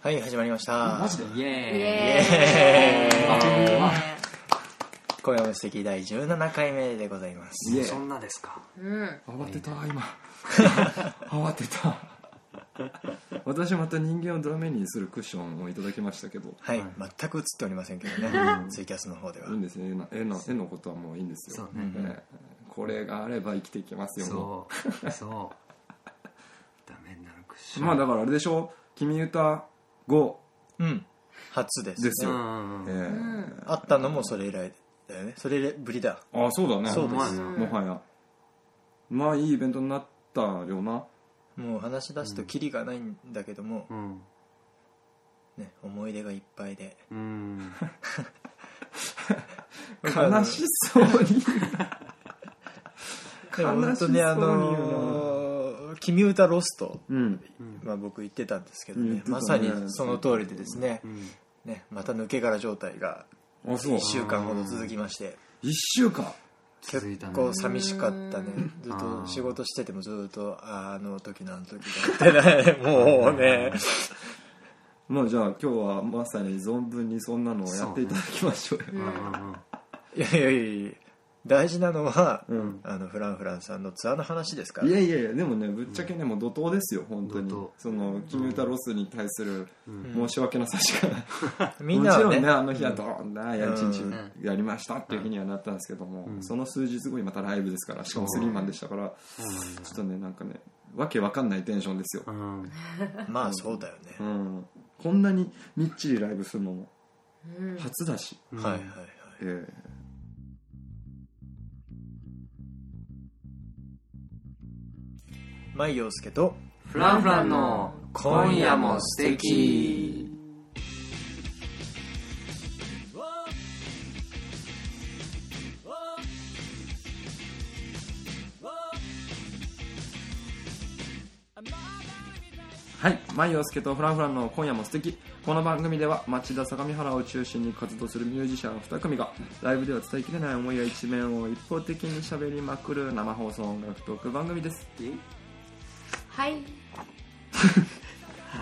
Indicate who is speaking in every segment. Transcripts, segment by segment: Speaker 1: はい、始まりました。
Speaker 2: マジで
Speaker 3: イ
Speaker 1: イ
Speaker 3: エ
Speaker 1: エ
Speaker 3: ーイ
Speaker 1: ーイ
Speaker 3: あ
Speaker 1: 今夜も素敵第17回目でございます。
Speaker 2: イエーイ
Speaker 3: そんなですか
Speaker 4: うん
Speaker 2: 慌てた今 慌てた私また人間をダメにするクッションをいただきましたけど
Speaker 1: はい、全く映っておりませんけどね、ツイキャスの方ではい
Speaker 2: い。んですよ絵の絵の絵のことはもういいんです
Speaker 3: そ
Speaker 2: よ
Speaker 3: う、ね
Speaker 2: ええこれがあれば生きていけますよも
Speaker 3: そうそうダメになるクッシ
Speaker 2: う
Speaker 3: ョン
Speaker 2: まあだからあれでしょ「君歌5
Speaker 1: うん、初で」す。
Speaker 2: ですよ、
Speaker 3: うんうん
Speaker 2: え
Speaker 3: うん
Speaker 2: え
Speaker 1: あったのもそれ以来だよね。それぶりだ。
Speaker 2: ああそうだね
Speaker 1: そう
Speaker 3: ですうん
Speaker 2: もはやまあいいイベントになったよな
Speaker 1: もう話し出すとキリがないんだけども
Speaker 3: う、ん
Speaker 1: ね、思い出がいっぱいで。
Speaker 3: うん
Speaker 2: 悲しそうに
Speaker 1: でも本当にあのー、君歌ロスト、
Speaker 2: うん
Speaker 1: まあ僕言ってたんですけどね、
Speaker 2: 言ってたね
Speaker 1: まさにその通りでですね
Speaker 3: う、ん
Speaker 1: ね、また抜け殻状態が
Speaker 2: あそう
Speaker 1: 1週間ほど続きまして、
Speaker 2: 一週間
Speaker 3: 続いたね
Speaker 1: 結構寂しかったねずっ
Speaker 3: あ
Speaker 1: と
Speaker 3: ー
Speaker 1: 仕事しててもずっとあーあの時のあの時だってねもうね
Speaker 2: まあじゃあ今日はまさに存分にそんなのをやっていただきましょうよ
Speaker 3: うんうんうん
Speaker 1: いやいやいや大事なのは、
Speaker 2: うん
Speaker 1: あのフランフランさんのツアーの話ですから
Speaker 2: いやいやいやでもねぶっちゃけねもう怒涛ですよ本当に
Speaker 3: 怒涛
Speaker 2: その君歌ロスに対する
Speaker 3: ん
Speaker 2: 申し訳なさしかない
Speaker 1: みん
Speaker 2: も
Speaker 1: な
Speaker 2: ち
Speaker 1: は
Speaker 2: ろん
Speaker 1: ね
Speaker 2: ねあの日はドーンだや
Speaker 1: うん
Speaker 2: 一日やりましたっていう日にはなったんですけども
Speaker 3: ん
Speaker 2: その数日後にまたライブですからしかもスリーマンでしたからち
Speaker 3: そうなんだ
Speaker 2: ょっとねなんかねわけわかんないテンションですよ
Speaker 3: うん
Speaker 1: まあそうだよね、
Speaker 2: うんこんなにみっちりライブするのも
Speaker 4: うん
Speaker 2: 初だし
Speaker 3: うん
Speaker 1: はいはい
Speaker 2: ええ
Speaker 1: はい舞陽介と
Speaker 3: フランフランの今夜も素敵
Speaker 2: はい、マイヨスケとフランフランの今夜も素敵この番組では町田相模原を中心に活動するミュージシャン2組がライブでは伝えきれない思いや一面を一方的に喋りまくる生放送音楽トーク番組です
Speaker 4: はい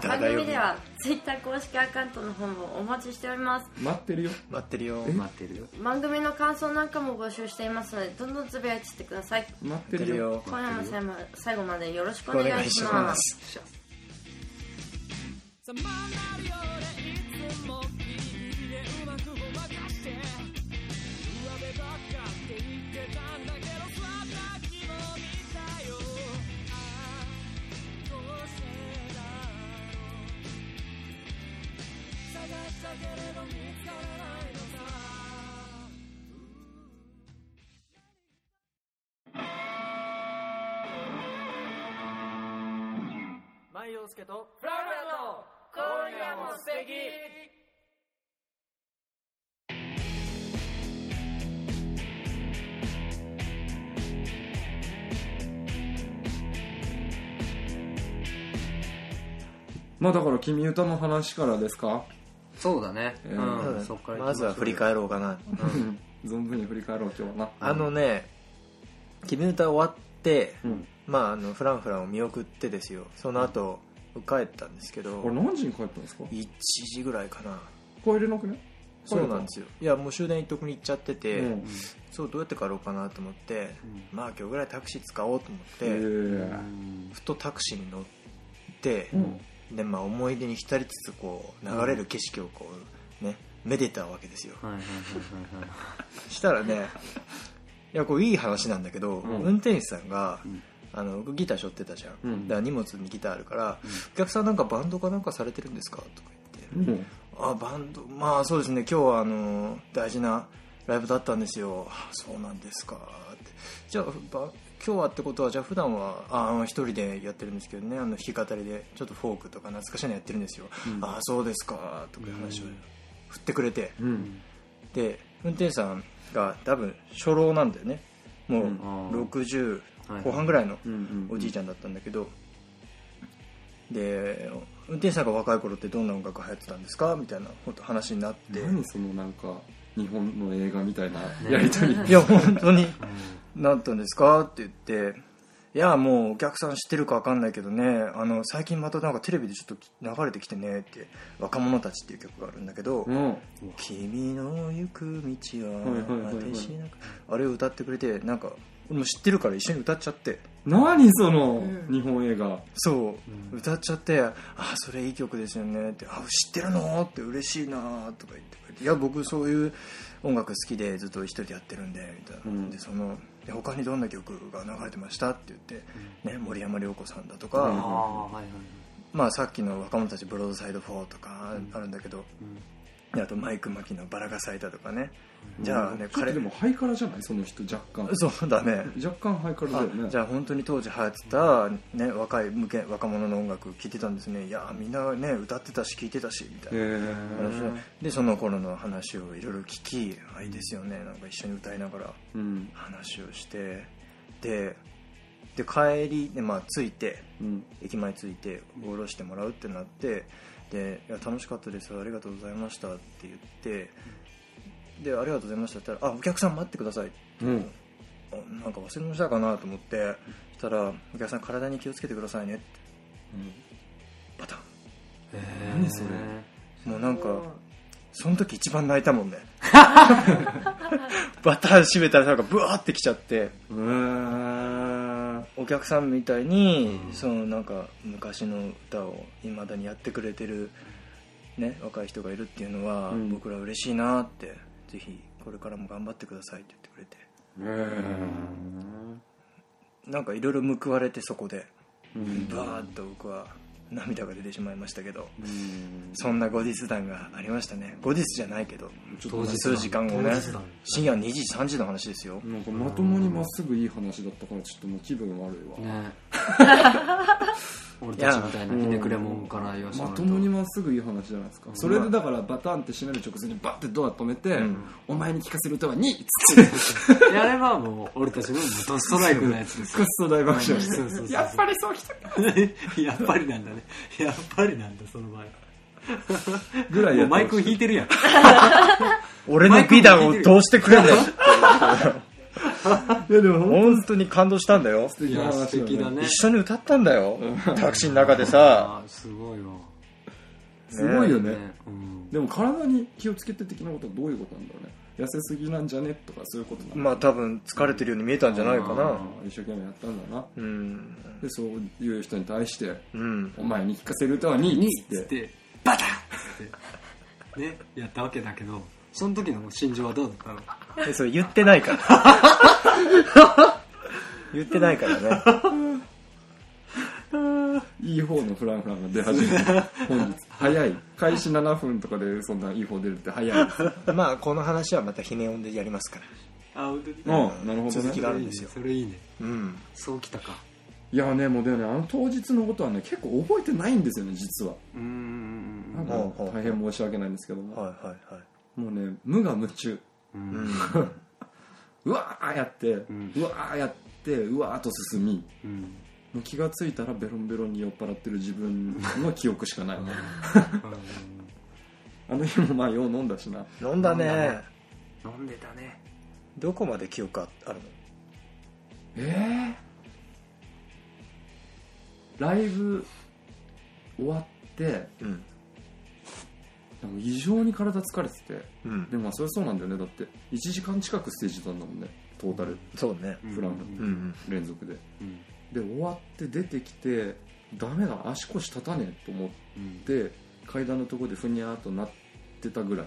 Speaker 4: 番組ではツイッター公式アカウントの方もお待ちしております
Speaker 2: 待ってるよ
Speaker 1: 待ってるよ
Speaker 3: 待ってるよ
Speaker 4: 番組の感想なんかも募集していますのでどんどんつぶやいてってください
Speaker 2: 待っ
Speaker 1: 待って
Speaker 2: て
Speaker 1: る
Speaker 2: るよ
Speaker 1: よ
Speaker 4: 今夜も最後まで最後までよろしく
Speaker 1: お
Speaker 4: お
Speaker 1: 願
Speaker 4: 願
Speaker 1: い
Speaker 4: い
Speaker 1: し
Speaker 4: し
Speaker 1: ま
Speaker 4: ます
Speaker 1: す
Speaker 5: 様なりよ俺いつもギリギリでうまくごまかして上辺ばっかって言ってたんだけどさっきも見たよああどうしてだろう探したけれど見つからないのさマイオスケとフラフラの今夜も素敵
Speaker 2: まあだから君歌の話からですか
Speaker 3: そうだね
Speaker 2: ええ
Speaker 3: うん
Speaker 1: うん
Speaker 3: そっから行き
Speaker 1: ま
Speaker 3: しょうよ
Speaker 1: ずは振り返ろうかな
Speaker 2: 存分に振り返ろう今日はな
Speaker 1: あのね君歌終わって
Speaker 2: うん
Speaker 1: まあ、あのフランフランを見送ってですよその後帰ったんですけど
Speaker 2: これ何時に帰ったんですか
Speaker 1: 1時ぐらいかな
Speaker 2: 帰れなくね
Speaker 1: そうなんですすよいやもう終電一徳に行っちゃってて、
Speaker 2: うん
Speaker 1: そうどうやって帰ろうかなと思って、まあ今日ぐらいタクシー使おうと思って、
Speaker 2: え
Speaker 3: う
Speaker 2: え
Speaker 3: ん
Speaker 1: ふとタクシーに乗って、
Speaker 2: うん
Speaker 1: でまあ、思い出に浸りつつこう流れる景色をこうねめでたわけですよ
Speaker 3: はいはいはいはいはい
Speaker 1: したらねいやこれいい話なんだけど、
Speaker 2: うん
Speaker 1: 運転手さんが、
Speaker 3: ん
Speaker 1: あの僕ギター背負ってたじゃん、
Speaker 2: うん
Speaker 1: だから荷物にギターあるから、お客さんなんかバンドかなんかされてるんですか?」とか言って
Speaker 2: うん
Speaker 1: 「あバンドまあそうですね今日はあの大事なライブだったんですよあそうなんですか」って「じゃあば今日はってことはじゃあ普段はああの一人でやってるんですけどねあの弾き語りでちょっとフォークとか懐かしいのやってるんですよ、あそうですか」とかいう話を振ってくれて、
Speaker 2: うん
Speaker 1: で運転手さんが多分初老なんだよねもう
Speaker 3: あー
Speaker 1: 60
Speaker 3: はい
Speaker 1: 後半ぐらいの
Speaker 2: うん
Speaker 1: おじいちゃんだったんだけど、で運転手さんが若い頃ってどんな音楽流行ってたんですかみたいなこと話になって
Speaker 2: 何そのなんか日本の 映画みたいなやりとり
Speaker 1: いや本当に「何だったんですか?」って言って「いやもうお客さん知ってるか分かんないけどねあの最近またなんかテレビでちょっと流れてきてねって「若者たち」っていう曲があるんだけど、
Speaker 2: うん
Speaker 1: 君の行く道
Speaker 2: はいはいは
Speaker 1: はい
Speaker 2: はい
Speaker 1: 果てしなくあれを歌ってくれてなんか俺も知ってるから一緒に歌っちゃって
Speaker 2: 何その
Speaker 4: うん
Speaker 2: 日本映画
Speaker 1: そう、歌っちゃって「あそれいい曲ですよね」って「あ知ってるの?」って「嬉しいな」とか言ってくれて「いや僕そういう音楽好きでずっと一人でやってるんで」みたいな、
Speaker 2: うん
Speaker 1: でそので他にどんな曲が流れてましたって言って、ね、森山良子さんだと
Speaker 2: う
Speaker 1: か、
Speaker 2: ん
Speaker 3: ああはいはい
Speaker 1: まあ、さっきの「若者たちブロードサイド4」とかあるんだけど、であとマイク・マキの「バラが咲いた」とかね、じゃあね
Speaker 2: ちょっと
Speaker 1: 彼
Speaker 2: でもハイカラじゃないその人若干
Speaker 1: そうだね
Speaker 2: 若干ハイカラだよね
Speaker 1: あじゃあ本当に当時流行ってた、ね、若い向け若者の音楽聴いてたんですねいやみんなね歌ってたし聴いてたしみたい
Speaker 2: へ
Speaker 1: な
Speaker 2: え
Speaker 1: 話ででその頃の話をいろいろ聞きあいいですよねなんか一緒に歌いながら
Speaker 2: うん
Speaker 1: 話をしてでで帰りで、まあ、着いて
Speaker 2: うん
Speaker 1: 駅前着いて降ろしてもらうってなってでいや楽しかったですありがとうございましたって言ってでありがとうございましたって言ったら「あお客さん待ってください」
Speaker 2: うん
Speaker 1: あなんか忘れ物したかなと思ってそしたら「お客さん体に気をつけてくださいね」ってパタン
Speaker 2: 何それ
Speaker 1: もうなんかその時一番泣いたもんねバターン閉めたらなんかブワーってきちゃって
Speaker 2: うーん
Speaker 1: お客さんみたいに、そのなんか昔の歌をいまだにやってくれてる、ね、若い人がいるっていうのは、
Speaker 2: うん
Speaker 1: 僕ら嬉しいなってぜひこれからも頑張ってくださいって言ってくれてなんかいろいろ報われてそこで
Speaker 2: うん
Speaker 1: ブワーっと僕は涙が出てしまいましたけど
Speaker 2: うん
Speaker 1: そんな後日談がありましたね後日じゃないけど
Speaker 2: ちょっと
Speaker 3: 当日
Speaker 1: 数時間後ね
Speaker 3: 当日談
Speaker 1: 深夜2時3時の話ですよ
Speaker 2: なんかまともにまっすぐいい話だったからちょっともう気分悪いわ
Speaker 3: ね俺たちみたいなひねくれもんから言わせて
Speaker 2: ま
Speaker 3: もらうと
Speaker 2: ともにまっすぐいい話じゃないですかそれでだからバタンって閉める直前にバッてドア止めて
Speaker 1: ん
Speaker 2: 「お前に聞かせる歌は2」っつって
Speaker 3: やればもう俺たちのドストライクのやつです
Speaker 2: クッソ大爆笑
Speaker 3: そうそうそう
Speaker 2: してやっぱりそう来たか
Speaker 3: よやっぱりなんだねやっぱりなんだその場合
Speaker 2: ぐらい
Speaker 3: も
Speaker 2: や
Speaker 3: う
Speaker 2: ってほ
Speaker 3: マ
Speaker 2: しい
Speaker 3: イク弾いてるやん
Speaker 1: 俺の美談をどうしてくれんの
Speaker 2: いやでも
Speaker 1: 本当に感動したんだよ
Speaker 2: 素敵な話
Speaker 3: 素敵だ
Speaker 2: だね
Speaker 3: ね
Speaker 1: 一緒に歌ったんだよタクシーの中でさ
Speaker 3: あーすごいわ
Speaker 2: すごいよね
Speaker 3: ねうん
Speaker 2: でも体に気をつけて的なことはどういうことなんだろうね痩せすぎなんじゃねとかそういうことなんだ
Speaker 1: まあ多分疲れてるように見えたんじゃないかな
Speaker 2: 一生懸命やったんだな
Speaker 1: うん
Speaker 2: でそういう人に対して
Speaker 1: うん
Speaker 2: 「お前に聞かせる歌は2」っ
Speaker 3: に
Speaker 2: つ
Speaker 3: つ
Speaker 2: っ
Speaker 3: っててバタンってねやったわけだけどその時の心情はどうだったの
Speaker 1: えそれ言ってないから言ってないからね
Speaker 2: いい方のフランフランが出始 めた本日早い開始7分とかでそんないい方出るって早いですう
Speaker 1: まあこの話はまたひね音でやりますから
Speaker 3: あ本当に
Speaker 2: んなるほど
Speaker 1: 続きがあ
Speaker 2: ね
Speaker 1: る
Speaker 3: いい
Speaker 1: んで
Speaker 3: ね
Speaker 1: すよ
Speaker 3: それいいね
Speaker 1: うん
Speaker 3: そうきたか
Speaker 2: いやねもうでもねあの当日のことはね結構覚えてないんですよね実は
Speaker 3: うーん
Speaker 2: なんか
Speaker 1: ほうほう
Speaker 2: 大変申し訳ないんですけども
Speaker 1: はいはいはい
Speaker 2: もうね無我夢中
Speaker 3: うん
Speaker 1: うん
Speaker 2: うわーやって、うんわーやってうわーと進み
Speaker 3: うん
Speaker 2: もう気がついたらベロンベロンに酔っ払ってる自分の記憶しかないあの日もまあよう飲んだしな
Speaker 1: 飲んだ
Speaker 3: 飲んだ
Speaker 1: ね
Speaker 3: ね飲んでたね
Speaker 1: どこまで記憶ああるの
Speaker 2: えー、ライブ終わって
Speaker 1: うん
Speaker 2: でも異常に体疲れてて
Speaker 1: うん
Speaker 2: でもまあそれはそうなんだよねだって1時間近くステージ飛んだもんねトータル
Speaker 1: そうね
Speaker 2: フラン
Speaker 1: うんうん
Speaker 2: 連続で
Speaker 3: うん
Speaker 2: で終わって出てきてダメだ足腰立たねえと思っ
Speaker 3: うん
Speaker 2: て階段のとこでふにゃーっとなってたぐらい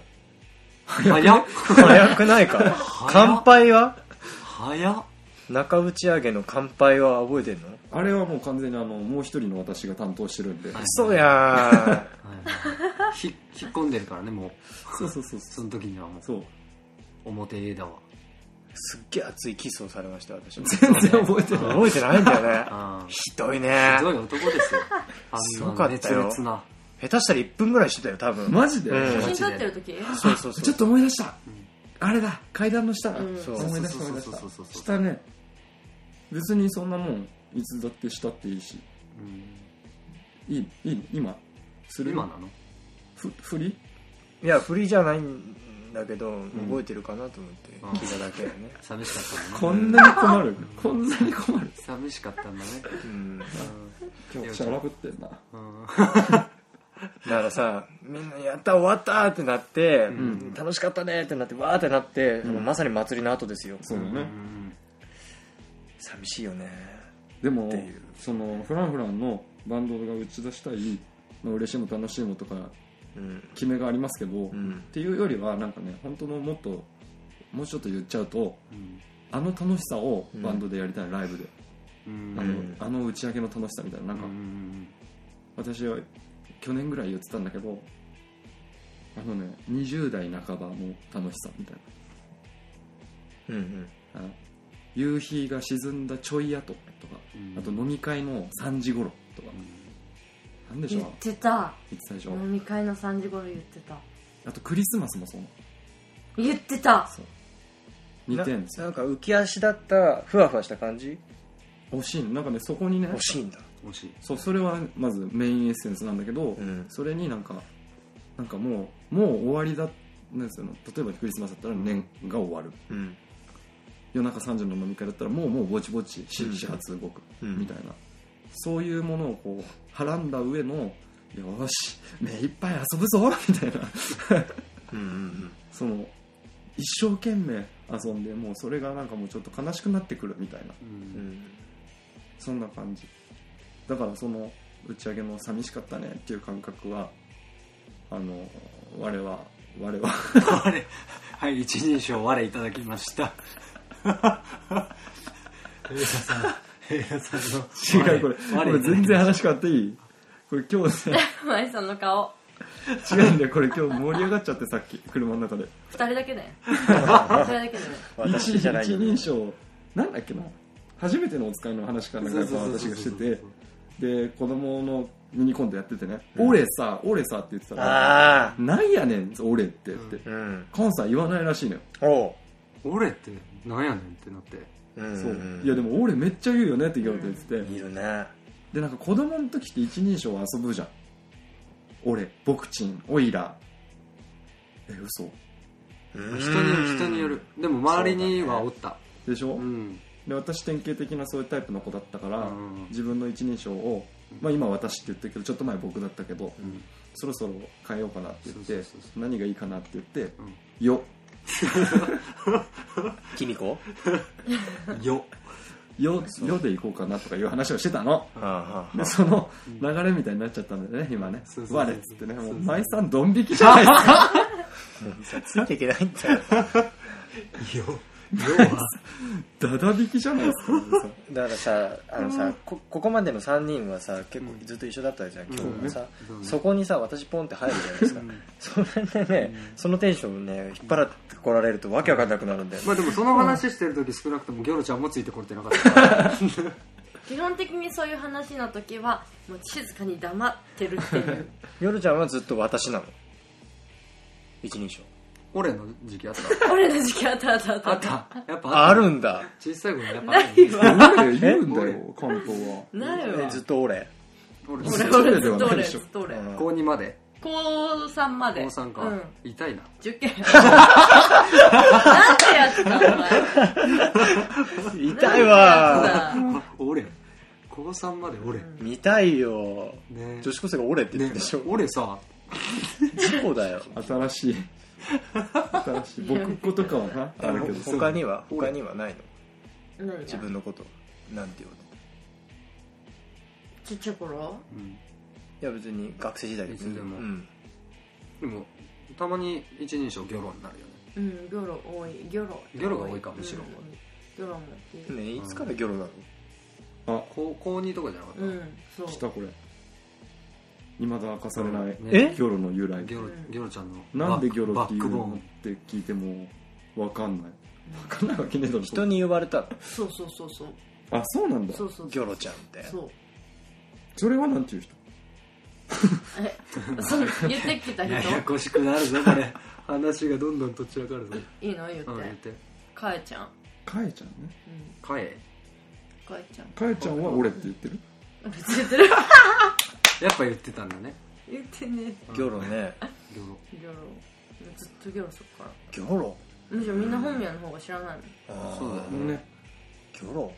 Speaker 3: 早っ
Speaker 1: 早くないか乾杯は
Speaker 3: 早っ
Speaker 1: 中打ち上げの乾杯は覚えてんの
Speaker 2: あれはもう完全にあのもう一人の私が担当してるんで
Speaker 3: はい
Speaker 1: そうや
Speaker 3: はい ひ引っ込んでるからねもう
Speaker 2: そうそうそうそ
Speaker 3: そうの時にはもう
Speaker 2: そう
Speaker 3: 表絵だわ
Speaker 1: ー すっげえ熱いキスをされました私
Speaker 2: 全然覚えてない
Speaker 1: 覚えてないんだよね
Speaker 3: あー
Speaker 1: ひどいね
Speaker 3: ひどい男ですよ
Speaker 1: す
Speaker 3: あ
Speaker 1: ご
Speaker 3: ん
Speaker 1: か
Speaker 3: な
Speaker 1: った
Speaker 3: 熱
Speaker 1: よ
Speaker 3: 烈な
Speaker 1: 下手したら1分ぐらいしてたよ多分
Speaker 2: マジで、
Speaker 1: うん
Speaker 4: 写真撮ってる時
Speaker 1: そうそうそう
Speaker 2: ちょっと思い出した、
Speaker 3: ん
Speaker 2: あれだ階段の下だ、
Speaker 4: うん
Speaker 1: そう
Speaker 2: 思い出した
Speaker 3: そ
Speaker 2: 思いう出
Speaker 3: そ
Speaker 2: し
Speaker 3: うそうそう
Speaker 2: た
Speaker 3: そう
Speaker 2: したね別にそんなもんいつだってしたっていいし
Speaker 3: うん
Speaker 2: いいいい今する
Speaker 3: 今なの
Speaker 2: ふ振り
Speaker 1: いや振りじゃないんだけど動いてるかなと思って
Speaker 3: うん
Speaker 1: 聞いただけでね、
Speaker 3: 寂しかったんだね
Speaker 2: こんなに困るこんなに困る
Speaker 3: 寂しかったんだね
Speaker 1: うん、
Speaker 2: 今日しゃらぶってんな
Speaker 3: うん、うん
Speaker 1: だからさみんなやった終わったってなって、
Speaker 2: ん
Speaker 1: 楽しかったねってなってわーってなって、まさに祭りの後ですよ
Speaker 2: そうだね、
Speaker 3: うん
Speaker 1: 寂しいよね
Speaker 2: でも
Speaker 1: っていう
Speaker 2: そのフランフランのバンドが打ち出したい、まあ、嬉しいも楽しいもとか
Speaker 1: うん
Speaker 2: 決めがありますけど、
Speaker 1: う
Speaker 2: っ
Speaker 1: ん
Speaker 2: ていうよりはなんかね本当のもっともうちょっと言っちゃうと
Speaker 3: うん
Speaker 2: あの楽しさを
Speaker 1: うん
Speaker 2: バンドでやりたい、ライブで、
Speaker 3: うん
Speaker 2: あ
Speaker 1: う
Speaker 2: の
Speaker 1: ん
Speaker 2: あの打ち上げの楽しさみたいななんか、
Speaker 3: うん
Speaker 2: 私は去年ぐらい言ってたんだけどあのね20代半ばの楽しさみたい
Speaker 1: うんうん
Speaker 2: なあ夕日が沈んだちょい後とか
Speaker 3: うん
Speaker 2: あと飲み会の3時頃とかなんでしょう
Speaker 4: 言ってた
Speaker 2: 言ってたでしょ
Speaker 4: 飲み会の3時頃言ってた
Speaker 2: あとクリスマスもそう
Speaker 4: 言ってた
Speaker 2: 似てんです
Speaker 1: な
Speaker 2: よ
Speaker 1: なんか浮き足だったふわふわした感じ
Speaker 2: 惜しいのなんかねそこにね
Speaker 1: 惜しいんだ
Speaker 3: うん惜しい
Speaker 2: そうそれはまずメインエッセンスなんだけど、
Speaker 1: うん
Speaker 2: それになんかなんかもうもう終わりだなんですよ例えばクリスマスだったら年が終わる
Speaker 1: うん
Speaker 2: 夜中3時の飲み会だったらもうもうぼちぼち
Speaker 1: うん
Speaker 2: 始発動く
Speaker 1: うん
Speaker 2: みたいな、そういうものをこうはらんだ上のよーし目いっぱい遊ぶぞみたいな
Speaker 1: うんうん
Speaker 2: その一生懸命遊んでもうそれがなんかもうちょっと悲しくなってくるみたいな
Speaker 3: う
Speaker 1: うんうんん
Speaker 2: そんな感じだからその打ち上げの寂しかったねっていう感覚はあの我は我は
Speaker 3: 我はい一人称我いただきました平田さん平田さんの
Speaker 2: 違うこれこ
Speaker 3: 我
Speaker 2: れ全然話変わっていいこれ今日ね
Speaker 4: マリさんの顔
Speaker 2: 違うんだよこれ今日盛り上がっちゃってさっき車の中で
Speaker 4: 2人だけだよ2人だけだよ
Speaker 1: 私じゃない
Speaker 2: 一
Speaker 1: よ
Speaker 2: 一人称なんだっけな初めてのお使いの話かなんかやっぱ
Speaker 3: そうそう
Speaker 2: 私
Speaker 3: そう
Speaker 2: がし
Speaker 3: そう
Speaker 2: ててで子供のミニコントやっててね「俺さ俺さ」って言ってたから
Speaker 1: あ
Speaker 2: 「なんやねん俺」って言って、
Speaker 3: うん
Speaker 1: あうん
Speaker 2: 関西言わないらしいのよ、
Speaker 1: おう
Speaker 3: 俺ってなんやねんってなって
Speaker 1: うん
Speaker 2: そう
Speaker 1: うん
Speaker 2: いやでも「俺めっちゃ言うよね」って言われてて、
Speaker 1: いるね
Speaker 2: でなんか子供の時って一人称遊ぶじゃん俺僕ちんおいらえ嘘
Speaker 1: 人
Speaker 3: 人による人によるでも周りにはおった
Speaker 2: でしょ、
Speaker 3: うん
Speaker 2: で私典型的なそういうタイプの子だったから、
Speaker 3: うん
Speaker 2: 自分の一人称を、まあ、今私って言ってるけどちょっと前僕だったけど、
Speaker 3: うん
Speaker 2: そろそろ変えようかなって言って
Speaker 3: そうそうそうそ
Speaker 2: 何がいいかなって言って
Speaker 3: うん
Speaker 2: 「よ
Speaker 1: キミコ
Speaker 3: よ
Speaker 2: よよ」でいこうかなとかいう話をしてたの
Speaker 1: はあは
Speaker 2: でその流れみたいになっちゃったんだよね今ね
Speaker 3: そうそうそう
Speaker 2: 「我」っつってねも
Speaker 3: そう
Speaker 2: う
Speaker 3: そう
Speaker 2: 舞さんドン引きじゃないです
Speaker 1: あ
Speaker 2: か
Speaker 1: ついていけないんだよ
Speaker 3: よは
Speaker 2: ダダ引きじゃないですかさ
Speaker 1: だからさあのさこここまでの3人はさ結構ずっと一緒だったじゃん今日もさ、
Speaker 3: うん
Speaker 1: そこにさ私ポンって入るじゃないですか、それでね、そのテンションをね引っ張らってこられるとわけわかんなくなるんだよ、
Speaker 3: まあでもその話してる時少なくともギョロちゃんもついてこれてなかったから
Speaker 4: 基本的にそういう話の時はもう静かに黙ってるっていう
Speaker 1: 夜ちゃんはずっと私なの一人称
Speaker 3: 俺の時期あっ
Speaker 4: 俺の時期あったあったあった
Speaker 3: たあったやっぱ
Speaker 1: あ
Speaker 3: あった
Speaker 1: るんだ
Speaker 3: 小さい頃やっぱあ
Speaker 4: な
Speaker 3: った
Speaker 4: いわ
Speaker 2: 俺言うんだよ関東は
Speaker 4: ないわ
Speaker 1: えずっと俺
Speaker 3: 俺
Speaker 4: 俺
Speaker 2: そう
Speaker 4: 俺
Speaker 2: で
Speaker 4: ず
Speaker 2: は
Speaker 4: っと
Speaker 2: ない
Speaker 4: 俺
Speaker 2: でし
Speaker 4: ず
Speaker 2: ょ
Speaker 4: っと俺
Speaker 3: 高2まで
Speaker 4: 高3まで
Speaker 3: 高3か、
Speaker 4: うん
Speaker 3: 痛いな
Speaker 4: 受験なんてやつだお前
Speaker 1: 痛いわ
Speaker 4: なんてやつだ
Speaker 3: 俺高3まで俺、
Speaker 1: 見たいよ
Speaker 3: ね
Speaker 1: 女子高生が俺って言って
Speaker 3: ね
Speaker 1: るでしょ、
Speaker 3: 俺さ
Speaker 1: 事故だよ
Speaker 2: 新しい新しい僕っ子とかはなあるけど
Speaker 1: 他には他にはないの
Speaker 4: 何が
Speaker 1: 自分のことなんて言うの
Speaker 4: ちっちゃい頃
Speaker 3: うん
Speaker 1: いや別に学生時代
Speaker 3: いつでも
Speaker 1: うん、
Speaker 3: でもたまに一人称ギョロになるよね
Speaker 4: うんギョロ多いギョロ
Speaker 3: ギョロが多いかむしろ
Speaker 4: うんギョロも多い
Speaker 1: ねいつからギョロなの
Speaker 2: あ
Speaker 3: 高高2とかじゃなかった、
Speaker 4: うんそう
Speaker 2: 来たこれ未だ明かされない
Speaker 3: ね
Speaker 1: え
Speaker 2: ギョロの由来
Speaker 3: ギョロ
Speaker 4: うん
Speaker 3: ギョロちゃんの
Speaker 2: なんでギョロ
Speaker 3: バ
Speaker 2: って
Speaker 3: ッ
Speaker 2: い
Speaker 3: ク
Speaker 2: う
Speaker 3: ボー
Speaker 2: の
Speaker 3: ン
Speaker 2: って聞いてもわかんないわかんないわけねえだろ
Speaker 1: 人に呼ばれたの
Speaker 4: そうそうそうそう
Speaker 2: あそうなんだ
Speaker 4: そうそう
Speaker 1: ギョロちゃんって
Speaker 4: そう
Speaker 2: それはなんていう人
Speaker 4: えそう言ってきた人
Speaker 3: ややこしくなるぞこれ 話がどんどんとっちらかるぞ
Speaker 4: いいの言って
Speaker 3: うん言って
Speaker 4: かえちゃん
Speaker 2: かえちゃんね
Speaker 4: うん
Speaker 3: かえ
Speaker 4: かえちゃん
Speaker 2: かえちゃんは俺って言ってる
Speaker 4: 別に言ってる
Speaker 3: やっぱ言ってたんだね
Speaker 4: 言ってね
Speaker 1: ギョロね
Speaker 3: ギョロ
Speaker 4: ギョロずっとギョロそっから
Speaker 1: ギョロ
Speaker 4: むしろみんな本名の方が知らないもん
Speaker 1: あー
Speaker 3: そうだよね
Speaker 1: ギョロ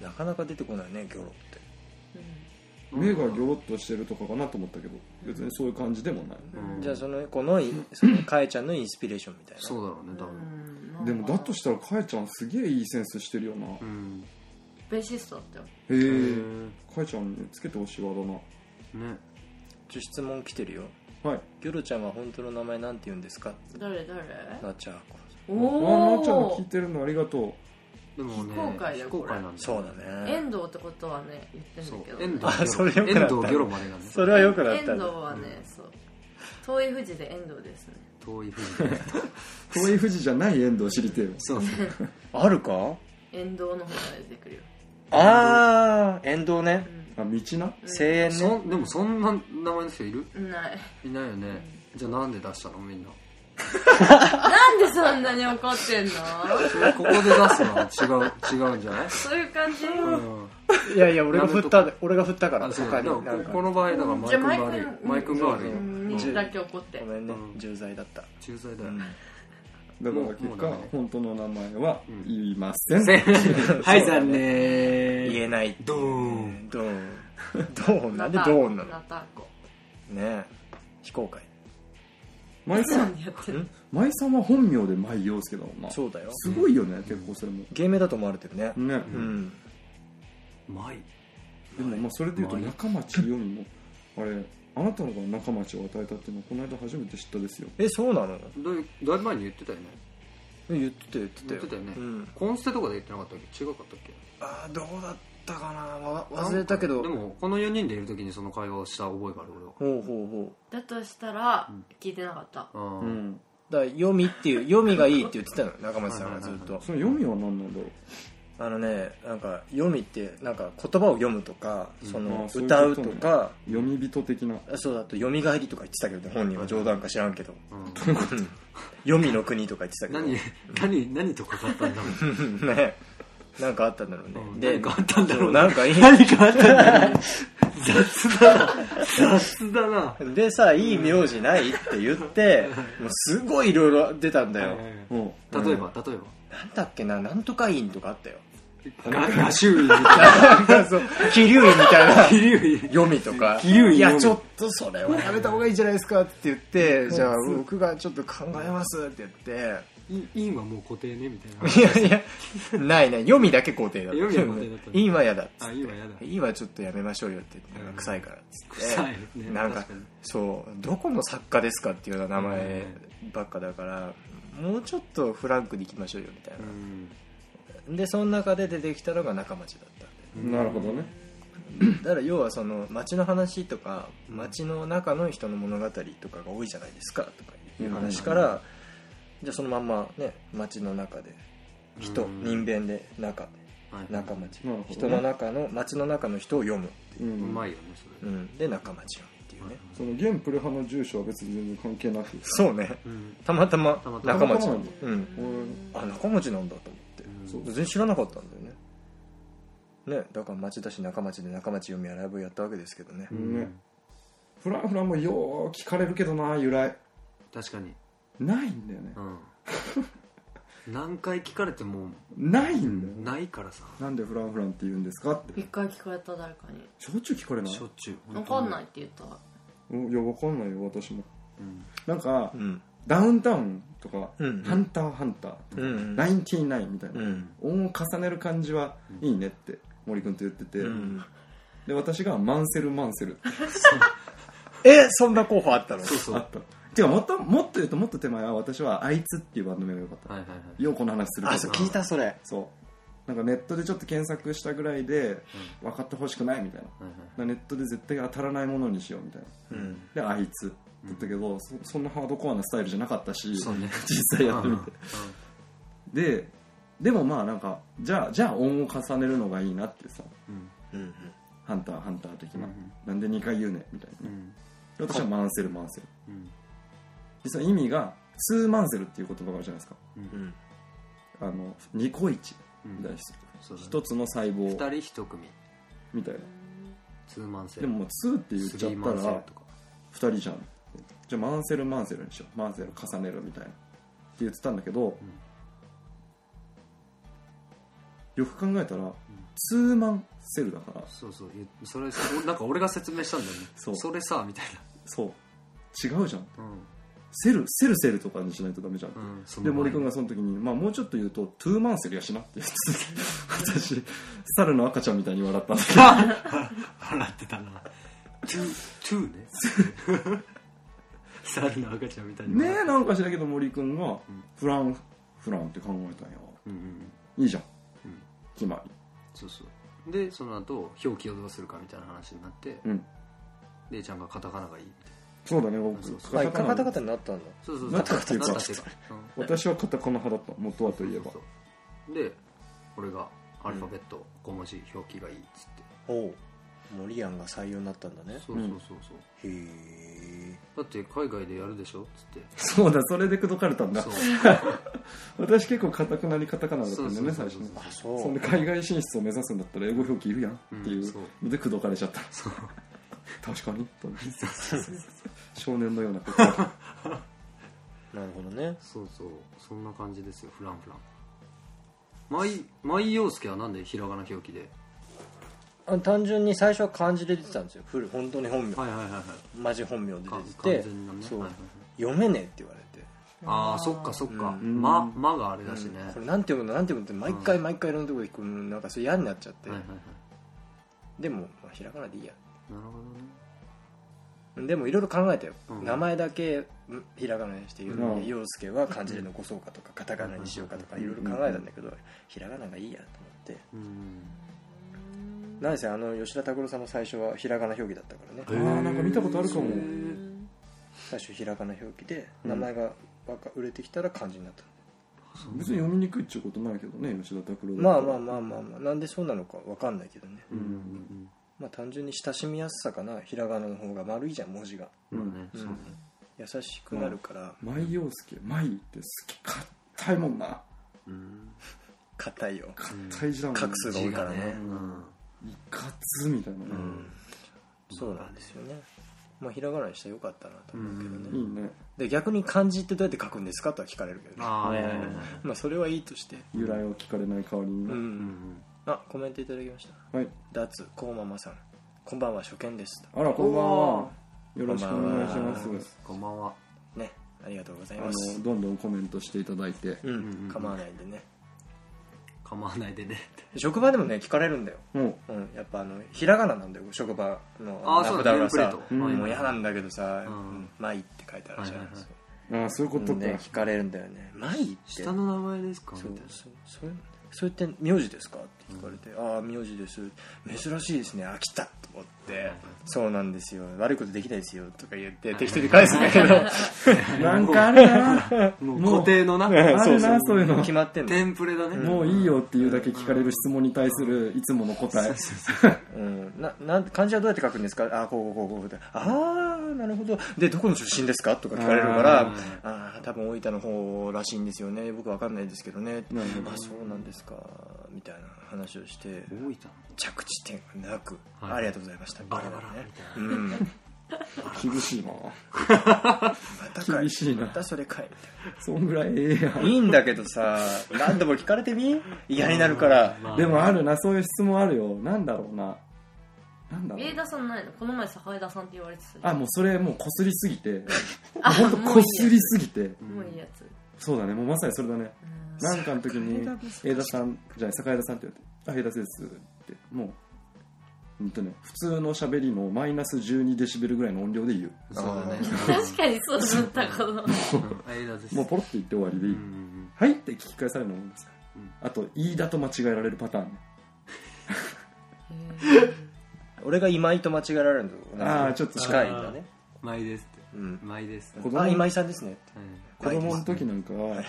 Speaker 1: なかなか出てこないねギョロって
Speaker 2: 目がギョロっとしてるとかかなと思ったけど別にそういう感じでもない
Speaker 3: うん
Speaker 1: じゃあその子のいそのかえちゃんのインスピレーションみたいな
Speaker 3: そうだろうね多
Speaker 4: う
Speaker 3: 分
Speaker 4: んうん
Speaker 2: でもだとしたらかえちゃんすげえいいセンスしてるよなへ
Speaker 3: うん
Speaker 4: ベーシストだったよ
Speaker 2: えかえちゃんにつけてほしいわだな
Speaker 3: ね
Speaker 1: ちょ質問来てるよ
Speaker 2: はい
Speaker 1: ギョロちゃんは本当の名前なんて言うんですか
Speaker 4: 誰誰
Speaker 1: なっちゃんこ
Speaker 4: お
Speaker 2: あなっちゃんの
Speaker 4: お
Speaker 2: 聞いてるのありがと
Speaker 3: でもね
Speaker 4: 非公開だよ
Speaker 3: 非公開なんだ
Speaker 1: そう
Speaker 3: ね
Speaker 1: だね
Speaker 4: 遠藤ってことはね言って
Speaker 3: そ
Speaker 4: ん
Speaker 3: う
Speaker 4: だけど
Speaker 3: 遠藤
Speaker 1: あそれよく
Speaker 3: ギョ
Speaker 1: な
Speaker 3: ロ
Speaker 1: った
Speaker 3: 遠藤ギョロまでがね
Speaker 1: それはよくなっ
Speaker 4: 遠
Speaker 1: たん
Speaker 4: 藤
Speaker 1: だ
Speaker 4: はねそう遠い富士で遠藤ですね
Speaker 3: 遠い富士 で
Speaker 2: う遠い富士じゃない遠藤知りてえよ
Speaker 3: そうそう
Speaker 1: あるか
Speaker 4: 遠藤の方が出てくるよ
Speaker 1: ああ沿道ね
Speaker 2: あ道な
Speaker 1: 声援
Speaker 3: そ
Speaker 1: ね
Speaker 3: んでもそんな名前の人いる
Speaker 4: うんない
Speaker 3: いないよねじゃあなんで出したのみんな
Speaker 4: なんでそんなに怒ってんの
Speaker 3: それここで出すのは違う違うんじゃない
Speaker 4: そういう感じ
Speaker 3: うん
Speaker 1: いやいや俺が振った
Speaker 3: な
Speaker 1: 俺が振ったから
Speaker 3: あそう
Speaker 1: 他
Speaker 3: だ
Speaker 1: に
Speaker 3: で
Speaker 1: な
Speaker 3: も
Speaker 1: んか
Speaker 3: ここの場合だからマイ君が悪
Speaker 4: じゃあ
Speaker 3: いマイ君が悪いよ
Speaker 4: うんにだけ怒って
Speaker 1: ごめんね
Speaker 3: うん
Speaker 1: 重罪だった
Speaker 3: 駐在だよ
Speaker 2: だから
Speaker 3: もう
Speaker 2: 結
Speaker 3: もう
Speaker 2: 果
Speaker 3: ダメね
Speaker 2: 本当の名前は
Speaker 3: ん
Speaker 2: 言いません、
Speaker 3: はい残念
Speaker 1: 言えない
Speaker 3: ドーン
Speaker 1: ドーン ドーンなんでドーンなの
Speaker 4: ナタコ
Speaker 1: ねえ非公開
Speaker 2: 舞
Speaker 4: そ
Speaker 2: さん
Speaker 4: んやってる
Speaker 2: 舞さんは本名で舞陽介だもんな
Speaker 1: そうだよ
Speaker 2: すごいよね結構それも
Speaker 1: 芸名だと思われてるね
Speaker 2: ね
Speaker 1: うん
Speaker 3: マイ
Speaker 2: でもまあそれでいうと
Speaker 3: 舞
Speaker 2: 中町よみもあれあなたのが中町を与えたっていうのはこの間初めて知ったですよ
Speaker 1: えそうなのえ
Speaker 3: どういうだいぶ前に言ってたよね
Speaker 1: 言ってたよ言ってた
Speaker 3: 言
Speaker 1: よ
Speaker 3: ってたよね
Speaker 1: うん
Speaker 3: コンステとかで言ってなかったっけ違うかったっけ
Speaker 1: ああどうだったかなわ忘れたけど
Speaker 3: でもこの4人でいる時にその会話をした覚えがある俺は
Speaker 1: ほうほうほ
Speaker 4: だとしたら
Speaker 3: うん
Speaker 4: 聞いてなかった
Speaker 3: あ
Speaker 2: う
Speaker 3: ー
Speaker 1: う
Speaker 2: ん
Speaker 1: だから読みっていう読みがいいって言ってたの中松さんがずっと
Speaker 2: その読みは何なんだろう
Speaker 1: あのねなんか読みってなんか言葉を読むとかそ
Speaker 2: あ
Speaker 1: の
Speaker 2: ーそういう
Speaker 1: 歌う
Speaker 2: こととね
Speaker 1: か
Speaker 2: 読み人的な
Speaker 1: あそうだと読み返りとか言ってたけどね本人は冗談か知らんけど
Speaker 3: うん
Speaker 1: 読みの国とか言ってたけど
Speaker 3: 何何何とかかったんだろ う
Speaker 1: ねなんかあったんだろうね、
Speaker 3: うん
Speaker 1: で
Speaker 3: 何かあったんだろうね
Speaker 1: なんかいい
Speaker 3: 何かあったんだろう雑だな雑だな
Speaker 1: でさいい名字ないって言ってもうすごいいろいろ出たんだよ、
Speaker 2: うん
Speaker 3: 例えば例え
Speaker 1: なんだっけななんとか院とかあったよ
Speaker 3: ばガガシュウイみたいな
Speaker 1: なんかそう桐生院みたいな
Speaker 3: キリ ュウイ
Speaker 1: 読みとか
Speaker 3: 桐生院
Speaker 1: いや
Speaker 3: 読み
Speaker 1: ちょっとそれはやめた方がいいんじゃないですかって言ってじゃあ僕がちょっと考えますって言って
Speaker 3: イインはもう固定ねみたいない
Speaker 1: やいや、ないない、読みだけ肯定だった。
Speaker 3: 読みは肯定だった
Speaker 1: いいは嫌だっつっ
Speaker 3: あ
Speaker 1: て。
Speaker 3: インはやだ
Speaker 1: いいはちょっとやめましょうよって言って、なんか臭いからっつって。
Speaker 3: 臭いね
Speaker 1: なんか
Speaker 3: 確かに
Speaker 1: そう、どこの作家ですかっていうような名前ばっかだから、もうちょっとフランクに行きましょうよみたいうな。
Speaker 3: ん
Speaker 1: で、その中で出てきたのが仲町だったん
Speaker 2: なるほどね
Speaker 1: で。だから要はその街の話とか街の中の人の物語とかが多いじゃないですかとかいう話からじゃあそのまんまね街の中で人
Speaker 3: うん
Speaker 1: 人弁で中で
Speaker 3: はい
Speaker 1: 中町
Speaker 2: なるほどね
Speaker 1: 人の中の町の中の人を読むっていう、
Speaker 3: うんまいよねそう
Speaker 1: う
Speaker 3: れ
Speaker 1: ん、で中町読みっていうね
Speaker 2: その現プレハの住所は別に全然関係なく
Speaker 1: そうね
Speaker 3: うん
Speaker 1: たまたま
Speaker 3: たまたま
Speaker 1: 中町
Speaker 2: たまたま
Speaker 1: うん
Speaker 2: 俺
Speaker 1: あ中町なんだと思って
Speaker 3: うん
Speaker 1: そう全然知らなかったんだよねねだから町だし中町で中町読みはライブやったわけですけどね
Speaker 2: ねフランフランもよう聞かれるけどな由来
Speaker 3: 確かに
Speaker 2: ないんだよね
Speaker 3: うん何回聞かれても
Speaker 2: ないんだよ
Speaker 3: ないからさ
Speaker 2: なんでフランフランって言うんですかって
Speaker 4: 一回聞かれた誰かに
Speaker 2: しょっちゅう聞かれない
Speaker 3: しょっちゅう
Speaker 4: 分かんないって言ったわ
Speaker 2: うんいやわかんないよ私も
Speaker 3: うん
Speaker 2: なんか
Speaker 1: うん
Speaker 2: ダウンタウンとか
Speaker 1: うん
Speaker 2: ハンターハンターと
Speaker 1: う
Speaker 2: か
Speaker 1: ん
Speaker 2: ナインティナインみたい
Speaker 1: うんう
Speaker 2: なん音を重ねる感じはいいねって森君と言ってて
Speaker 1: うん
Speaker 2: で私がマンセルマンセルって
Speaker 1: えそんな候補あったの
Speaker 3: そうそう
Speaker 2: あったてかもっともっと言うともっと手前は私は「あいつ」っていうバンド名が良かった
Speaker 3: はいはいはい
Speaker 2: ようこの話するけ
Speaker 1: あ
Speaker 2: ど
Speaker 1: そう聞いたそれ
Speaker 2: そうなんかネットでちょっと検索したぐらいで分かってほしくないみたいな
Speaker 3: はいはい
Speaker 2: だからネットで絶対当たらないものにしようみたいな
Speaker 1: うん
Speaker 2: であいつだったけど、そそんなハードコアなスタイルじゃなかったし
Speaker 3: そうね
Speaker 2: 実際やってみてででもまあなんかじゃあじゃあ音を重ねるのがいいなってさ
Speaker 3: うん
Speaker 1: うん
Speaker 2: 「ハンターハンター」的な、
Speaker 3: うん
Speaker 2: なんで2回言うねみたい
Speaker 3: うんう
Speaker 2: な、
Speaker 3: ん
Speaker 2: 私は「マンセルマンセル
Speaker 3: うん」
Speaker 2: 実は意味が「ツーマンセル」っていう言葉があるじゃないですか
Speaker 1: うん
Speaker 2: あのニコイチ
Speaker 3: うん
Speaker 2: みたいな人
Speaker 3: そうだね
Speaker 2: 一つの細
Speaker 3: 二
Speaker 2: 胞
Speaker 3: 人一組
Speaker 2: みたいな
Speaker 3: ツーマンセル
Speaker 2: でももう「ツー」って言っ
Speaker 3: スリ
Speaker 2: ちゃ
Speaker 3: ーマ
Speaker 2: っ
Speaker 3: ン
Speaker 2: た
Speaker 3: セル
Speaker 2: ら
Speaker 3: とか
Speaker 2: 2人じゃんじゃあマンセルマンセルにしようマンセル重ねるみたいなって言ってたんだけど、よく考えたら、ツーマンセルだから
Speaker 3: そうそう言それそなんか俺が説明したんだよね
Speaker 2: そう
Speaker 3: れさみたい
Speaker 2: そう違うじゃん
Speaker 3: な
Speaker 2: セルセルセルとかにしないとダメじゃん、
Speaker 3: うん、うん、そ
Speaker 2: で森君
Speaker 3: が
Speaker 2: がその時に、まあ、もうちょっと言うとトゥーマンセルやしなって言ってて私猿の赤ちゃんみたいに笑ったんだけど
Speaker 3: 笑ってたなトゥトゥね 猿の赤ちゃんみたいに
Speaker 2: ね
Speaker 3: 笑
Speaker 2: えなんかしだけど森君が
Speaker 3: ん
Speaker 2: フランフランって考えたんや
Speaker 3: うんうんうん
Speaker 2: いいじゃん、
Speaker 3: うん
Speaker 2: 決まり
Speaker 3: そうそうでその後表記をどうするかみたいな話になって、
Speaker 2: うん
Speaker 3: レイちゃんがカタカナがいいみたいな
Speaker 2: そうだね
Speaker 3: あそう
Speaker 2: 僕
Speaker 1: あ一回カタカ
Speaker 2: タ
Speaker 1: タになったんだ
Speaker 3: そうそうそう
Speaker 2: なったっていうか
Speaker 3: なったっていうかうん
Speaker 2: 私はカタカナ派だった元はといえば
Speaker 3: そうそうで俺がアルファベット5文字表記がいいっつって、
Speaker 1: おおモリアンが採用になったんだね
Speaker 3: そうそうそうそう、
Speaker 1: へえ
Speaker 3: だって海外でやるでしょっつって
Speaker 2: そうだそれで口説かれたんだ
Speaker 3: そう
Speaker 2: 私結構カタカナにカタカナだったんだよね
Speaker 3: そ
Speaker 2: 最
Speaker 3: うそ
Speaker 2: 初
Speaker 3: うそう
Speaker 2: ね
Speaker 3: そ
Speaker 1: あそ
Speaker 3: う
Speaker 1: う
Speaker 2: そんで海外進出を目指すんだったら英語表記いるやんっていう
Speaker 3: うんそう
Speaker 2: ので口説かれちゃった
Speaker 3: そう
Speaker 2: 確かにと思って少年のようなことを
Speaker 1: なるほどね
Speaker 3: そうそうそんな感じですよフランフランマイマイ陽介はなんでひらがな表記で
Speaker 1: あ単純に最初は漢字で出てたんですよフル本当に本名
Speaker 3: はいはいはいはい
Speaker 1: マジ本名で出
Speaker 3: か完
Speaker 1: てて
Speaker 3: 全なね
Speaker 1: そう
Speaker 3: はいはいはい
Speaker 1: 読めねえって言われて
Speaker 3: ああそっかそっか、
Speaker 1: うん
Speaker 3: ままがあれだしね、
Speaker 1: これなんて読むのなんて読むのって毎回毎回いろんなとこ行くのなんかそれ嫌になっちゃって
Speaker 3: はいはいはい
Speaker 1: でもまあひらがなでいいや
Speaker 3: なるほどね
Speaker 1: でもいろいろ考えたよ、
Speaker 3: うん
Speaker 1: 名前だけんひらがなにして陽
Speaker 2: うん
Speaker 1: 陽介は漢字で残そうかとかカタカナにしようかとかいろいろ考えたんだけど、ひらがながいいやと思って
Speaker 3: うん
Speaker 1: なんせあの吉田拓郎さんも最初はひらがな表記だったからね
Speaker 2: あーなんか見たことあるかも
Speaker 1: 最初ひらがな表記で名前がバカ売れてきたら漢字になった、
Speaker 2: 別に読みにくいっちゅうことないけどね吉田拓郎
Speaker 1: まあまあまあまあまあなんでそうなのかわかんないけどね、
Speaker 2: う
Speaker 3: うんん
Speaker 1: まあ単純に親しみやすさかなひらがなの方が丸いじゃん文字が
Speaker 3: うんうんまあねそうね
Speaker 1: 優しくなるから
Speaker 2: 舞陽介舞って好きかったいもんな
Speaker 3: うん
Speaker 1: 硬いよ
Speaker 2: 大事だもん
Speaker 1: 画数が多いからね
Speaker 3: 字がうん
Speaker 2: いかつみたいなね
Speaker 1: うんそうなんですよねまあひらがなにしてよかったなと思うけどね、
Speaker 2: いいね
Speaker 1: で逆に漢字ってどうやって書くんですかとは聞かれるけどね
Speaker 3: ああはいはいはい
Speaker 1: まあそれはいいとして
Speaker 2: 由来を聞かれない代わりに
Speaker 1: う
Speaker 2: ね
Speaker 3: うんん
Speaker 1: あコメントいただきました
Speaker 2: はい
Speaker 1: 脱コウママさんこんばんは初見です
Speaker 2: あらこんばん
Speaker 1: お
Speaker 2: はよろしくお願いし
Speaker 1: こ
Speaker 2: ま
Speaker 1: んばんは
Speaker 2: す
Speaker 3: こんばんは
Speaker 1: ねありがとうござい
Speaker 2: あ
Speaker 1: ます
Speaker 2: のどんどんコメントしていただいて
Speaker 1: うん、
Speaker 3: うん
Speaker 1: 構わないんでね
Speaker 3: 構わないでねって
Speaker 1: 職場でもね聞かれるんだよ
Speaker 2: もう
Speaker 1: うん、やっぱあのひらがななんだよ職場の
Speaker 3: あー
Speaker 1: 名
Speaker 3: そう
Speaker 1: 札
Speaker 3: だ
Speaker 1: が
Speaker 3: ネ
Speaker 1: さ
Speaker 3: ームプレート
Speaker 1: も
Speaker 3: はいう
Speaker 1: 嫌なんだけどさ「
Speaker 3: うん
Speaker 1: うんマイ」って書いてあるじゃ
Speaker 3: は
Speaker 1: ない
Speaker 3: いはいはい
Speaker 1: そう
Speaker 2: ああそういうことか、
Speaker 1: ね聞かれるんだよね「マイ」って
Speaker 3: 下の名前ですかみ
Speaker 1: そ
Speaker 3: たいうな
Speaker 1: そうそれそれって名字ですか?」って聞かれて「ああ名字です珍しいですね飽きた」と思って「そうなんですよ悪いことできないですよ」とか言って適当に返すんだけど
Speaker 2: なんかあるな
Speaker 3: もう
Speaker 2: もう
Speaker 3: 固定のな
Speaker 2: あるなそういうの
Speaker 1: 決まってんの
Speaker 3: テンプレだね
Speaker 2: もういいよっていうだけ聞かれる質問に対するいつもの答え
Speaker 1: うん、ななん漢字はどうやって書くんですかあーこうこうこうこうでああなるほどでどこの出身ですかとか聞かれるから
Speaker 3: あ
Speaker 1: ああー多分大分の方らしいんですよね僕わかんないですけどね
Speaker 2: なるほど
Speaker 1: あそうなんですかみたいな話をして
Speaker 3: 大分
Speaker 1: 着地点がなく、
Speaker 3: はい
Speaker 1: ありがとうございましたみた
Speaker 3: バ
Speaker 1: い
Speaker 3: ラ
Speaker 1: な
Speaker 3: バラ
Speaker 1: ね
Speaker 3: みたいな
Speaker 1: うん、ま
Speaker 2: 厳しいな
Speaker 1: たか
Speaker 2: 厳しいな
Speaker 1: またそれかいみた
Speaker 2: そんぐらいええや
Speaker 1: いないいんだけどさ何度も聞かれてみ嫌になるから
Speaker 3: まあ
Speaker 2: んでもあるなそういう質問あるよなんだろうななんだろ
Speaker 4: 家
Speaker 2: う
Speaker 4: 田さんないのこの前坂枝さんって言われてたじゃ
Speaker 2: あもうそれもうこすりすぎて
Speaker 4: あ
Speaker 2: ほんと
Speaker 4: もういい
Speaker 2: こ
Speaker 4: や
Speaker 2: すりすぎて
Speaker 4: んもういいやつ
Speaker 2: そうだねもうまさにそれだねなんかの時に「江田さんじゃない坂井田さん」って言われて「あ江田です」ってもううんとね普通の喋りのマイナス12デシベルぐらいの音量で言う
Speaker 3: そうだね
Speaker 4: 確かにそうだったかも
Speaker 3: うんあいいなです
Speaker 2: もうポロって言って終わりでいい、
Speaker 3: うん
Speaker 2: はいって聞き返されるのもいいんですよ
Speaker 3: うん
Speaker 2: あと飯田と間違えられるパターンね
Speaker 1: 俺が今井と間違えられるのと
Speaker 2: あーちょっと
Speaker 1: 近いんだね
Speaker 3: マイですって
Speaker 1: うん
Speaker 3: マイですって
Speaker 2: 子供
Speaker 1: あ今井さんですね
Speaker 3: うん
Speaker 2: 子供の時なんかは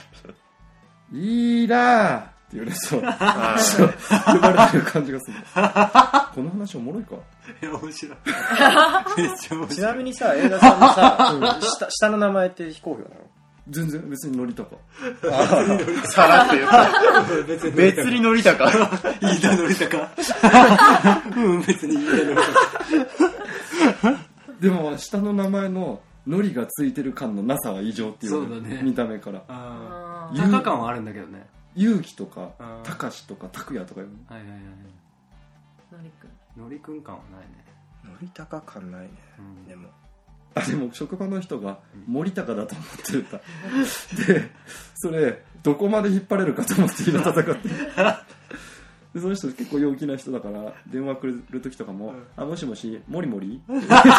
Speaker 2: 「飯田!」って言われそう呼
Speaker 1: あー
Speaker 2: ばれてる感じがするこの話おもろいか
Speaker 3: いや面白いめっちゃ面
Speaker 1: ち
Speaker 3: 白い
Speaker 1: なみにさ、映画さんのさ、下下の名前って非公表なの
Speaker 2: 全然別にノリとか
Speaker 1: さらって言った。
Speaker 3: 別に
Speaker 1: 別に乗りたか。
Speaker 3: 飯田典孝うん別に飯田典孝
Speaker 2: でも下の名前ののりがついてる感のなさが異常っていう
Speaker 3: そうだね
Speaker 2: 見た目から
Speaker 3: あ
Speaker 4: あ
Speaker 3: あ
Speaker 4: ー
Speaker 2: ゆ
Speaker 3: タカ感はあるんだけどね
Speaker 2: 勇気とか
Speaker 3: あー
Speaker 2: たかしとか拓也とかいう
Speaker 3: はいはいはいはい
Speaker 4: のりくん
Speaker 3: ノリ君感はないね
Speaker 1: 乗り高感ないね、
Speaker 3: うん
Speaker 1: でも
Speaker 2: あでも職場の人が
Speaker 3: うん
Speaker 2: 森高だと思ってた、でそれどこまで引っ張れるかと思 って今戦ってでその人結構陽気な人だから電話くれる時とかも
Speaker 3: う
Speaker 2: 「
Speaker 3: ん
Speaker 2: あもしもしモリモリ?」
Speaker 3: もう原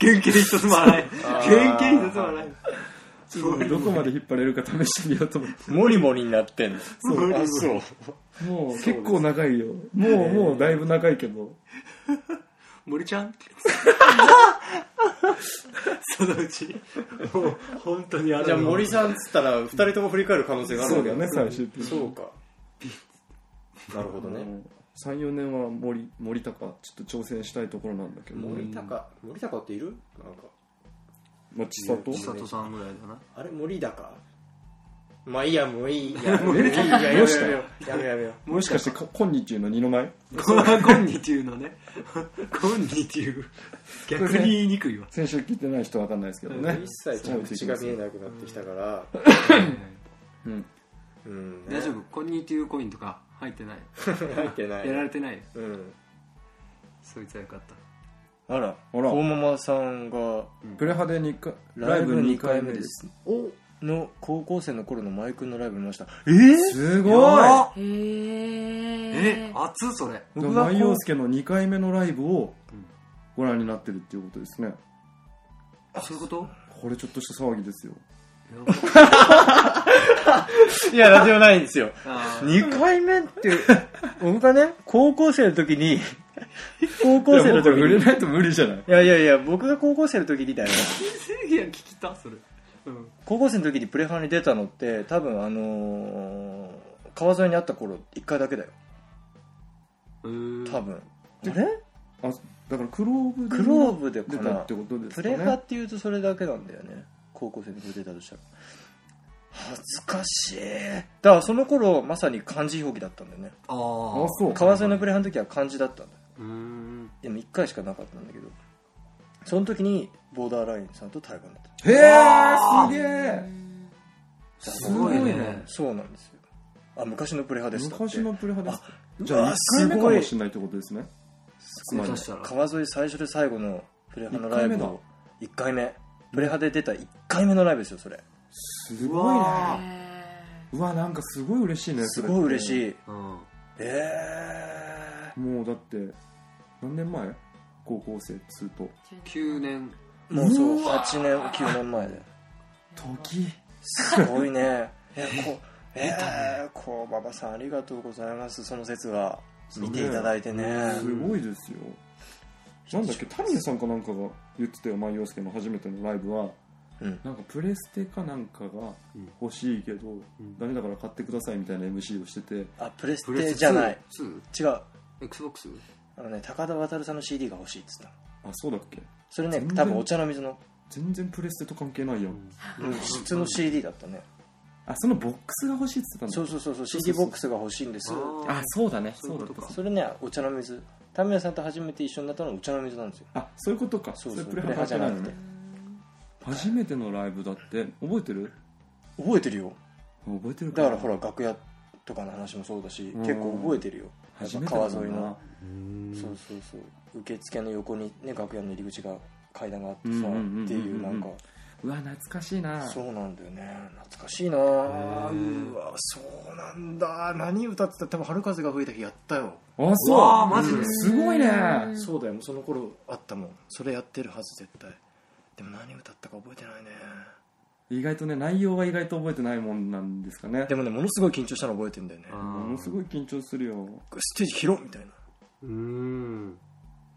Speaker 3: 型一つもない
Speaker 1: 原型一つも
Speaker 3: ない
Speaker 2: どこまで引っ張れるか試してみようと思って
Speaker 1: モリモリになってんの
Speaker 2: そう
Speaker 3: あそう
Speaker 2: もう結構長いよもうもうだいぶ長いけど
Speaker 3: 森ちゃんってそのうちもう本当にある
Speaker 1: じゃあ森さんっつったら2人とも振り返る可能性がある
Speaker 2: そ
Speaker 1: わ
Speaker 2: う
Speaker 1: け
Speaker 2: だよね最終的に
Speaker 1: そうかなるほどね
Speaker 2: 34年は森森高ちょっと挑戦したいところなんだけど、
Speaker 3: うん
Speaker 1: 森高森高っているなんか
Speaker 2: まあ千里
Speaker 3: 千里さんぐらいだな
Speaker 1: あれ森高まあいいやもういい やもうい
Speaker 2: 森
Speaker 1: いや
Speaker 2: 高
Speaker 1: やめよ
Speaker 2: ど
Speaker 1: う
Speaker 2: うした
Speaker 1: やめようやめようやめよう
Speaker 2: もしかしてこ今日の二の舞
Speaker 3: コンニっていうのねコンニっていう逆に言いにくいわ
Speaker 2: 先週聞いてない人は分かんないですけどね
Speaker 1: 一切ちょっと口が見えなくなってきたから、
Speaker 2: うん
Speaker 1: うんね
Speaker 3: 大丈夫コンニっていうコインとか入ってない
Speaker 1: 入ってない
Speaker 3: やられてない
Speaker 1: うん
Speaker 3: そいつはよかった
Speaker 1: あら
Speaker 2: あら
Speaker 1: 大ママさんが
Speaker 2: プレハで2回ライブ2回目です
Speaker 1: おの高校生の頃のマイ君のライブ見ましたえー、
Speaker 2: すごい
Speaker 3: やば
Speaker 4: へ
Speaker 3: え
Speaker 4: え
Speaker 3: 熱っそれ
Speaker 1: 僕がこう
Speaker 2: 舞陽介の2回目のライブを
Speaker 3: うん
Speaker 2: ご覧になってるっていうことですね
Speaker 3: そういうこと
Speaker 2: これちょっとした騒ぎですよ
Speaker 1: いやラジオないんですよ
Speaker 3: あー
Speaker 1: 2回目って僕がね高校生の時に高校生の時
Speaker 2: 売
Speaker 1: に
Speaker 2: れないと無理じゃない
Speaker 1: いやいやいや僕が高校生の時にだよ
Speaker 3: いや聞きたそれうん
Speaker 1: 高校生の時にプレハに出たのって多分あのー川沿いにあった頃1回だけだよ多分あれ
Speaker 2: あだからクローブで
Speaker 1: クローブで
Speaker 2: 出
Speaker 1: か
Speaker 2: たっ
Speaker 1: な
Speaker 2: てことです
Speaker 1: プ
Speaker 2: か
Speaker 1: レハ
Speaker 2: ね
Speaker 1: っていうとそれだけなんだよね高校生の時出たとしたら恥ずかしいだからその頃まさに漢字表記だったんだよね
Speaker 3: あ
Speaker 2: あ
Speaker 3: あ
Speaker 2: そう
Speaker 1: 川沿いのプレハの時は漢字だったんだよ
Speaker 3: うーん
Speaker 1: でも1回しかなかったんだけどその時にボーダーラインさんと対バンだった
Speaker 2: へえすげえ
Speaker 3: すごいね
Speaker 1: そうなんですよあ昔のプレハでしたって
Speaker 2: 昔のプレハです
Speaker 1: あ
Speaker 2: じゃあ1回
Speaker 1: す
Speaker 2: 目か
Speaker 1: ごい
Speaker 2: もしれないってことですね
Speaker 1: つまり
Speaker 3: 下手したら
Speaker 1: 川沿い最初で最後のプレハのライブ
Speaker 2: 一回目だ
Speaker 1: の1回目プレハで出た1回目のライブですよそれ
Speaker 2: すごいね
Speaker 3: うわ
Speaker 2: うわなんかすごい嬉しいね
Speaker 1: すごい嬉
Speaker 2: い
Speaker 1: しい
Speaker 3: うん
Speaker 1: え
Speaker 2: もうだって何年前高校生2と
Speaker 3: 9年
Speaker 1: えもうそう
Speaker 2: うわ
Speaker 1: 8年9年前で
Speaker 2: 時
Speaker 1: すごいね えこえー、こう馬場さんありがとうございますその説は見ていただいてね
Speaker 2: すごいですよなんだっけタミヤさんかなんかが言ってたよ舞陽介の初めてのライブは
Speaker 1: うん
Speaker 2: なんかプレステかなんかが欲しいけど、
Speaker 3: ん
Speaker 2: ダメだから買ってくださいみたいな MC をしてて
Speaker 1: あプレステじゃない違う
Speaker 3: 2?XBOX?
Speaker 1: あのね高田渉さんの CD が欲しいっつったの
Speaker 2: あそうだっけ
Speaker 1: それね
Speaker 2: 全然
Speaker 1: 多分お茶の水の
Speaker 2: 全然プレステと関係ないやん、
Speaker 1: 普通の CD だったね
Speaker 2: あそのボックスが欲しいって言ってた
Speaker 1: そ
Speaker 2: ん
Speaker 1: う
Speaker 2: だ
Speaker 1: そうそうそう CD ボックスが欲しいんです
Speaker 2: あそうだね
Speaker 3: そういうことか
Speaker 1: それねお茶の水田村さんと初めて一緒になったのはお茶の水なんですよ
Speaker 2: あそういうことか
Speaker 1: そうそう
Speaker 2: れプレハ関係ないの
Speaker 1: プレ
Speaker 2: ね初めてのライブだって覚えてる
Speaker 1: 覚えてるよ
Speaker 2: 覚えてるか
Speaker 1: だ
Speaker 2: な
Speaker 1: からほら楽屋とかの話もそうだし
Speaker 2: ん
Speaker 1: 結構覚えてるよやっ
Speaker 2: 初
Speaker 1: ぱ
Speaker 2: めてだ
Speaker 1: 川
Speaker 2: もん
Speaker 1: 沿い
Speaker 2: な
Speaker 1: のそうそうそう受付の横にね楽屋の入り口が階段があってさ
Speaker 2: うんうんうんうんうん
Speaker 1: っていうなんか
Speaker 2: うわ懐かしいな
Speaker 1: そうなんだよね懐かしいなあ
Speaker 3: ー
Speaker 1: うわそうなんだ何歌ってた多分春風が吹いた日やったよ
Speaker 2: あそう
Speaker 3: うわあマジで
Speaker 2: うんすごいね
Speaker 1: そうだよもうその頃あったもんそれやってるはず絶対でも何歌ったか覚えてないね
Speaker 2: 意外とね内容は意外と覚えてないもんなんですかね
Speaker 1: でもねものすごい緊張したの覚えてんだよね
Speaker 2: ものすごい緊張するよ
Speaker 1: ステージ広っみたいな
Speaker 3: うーん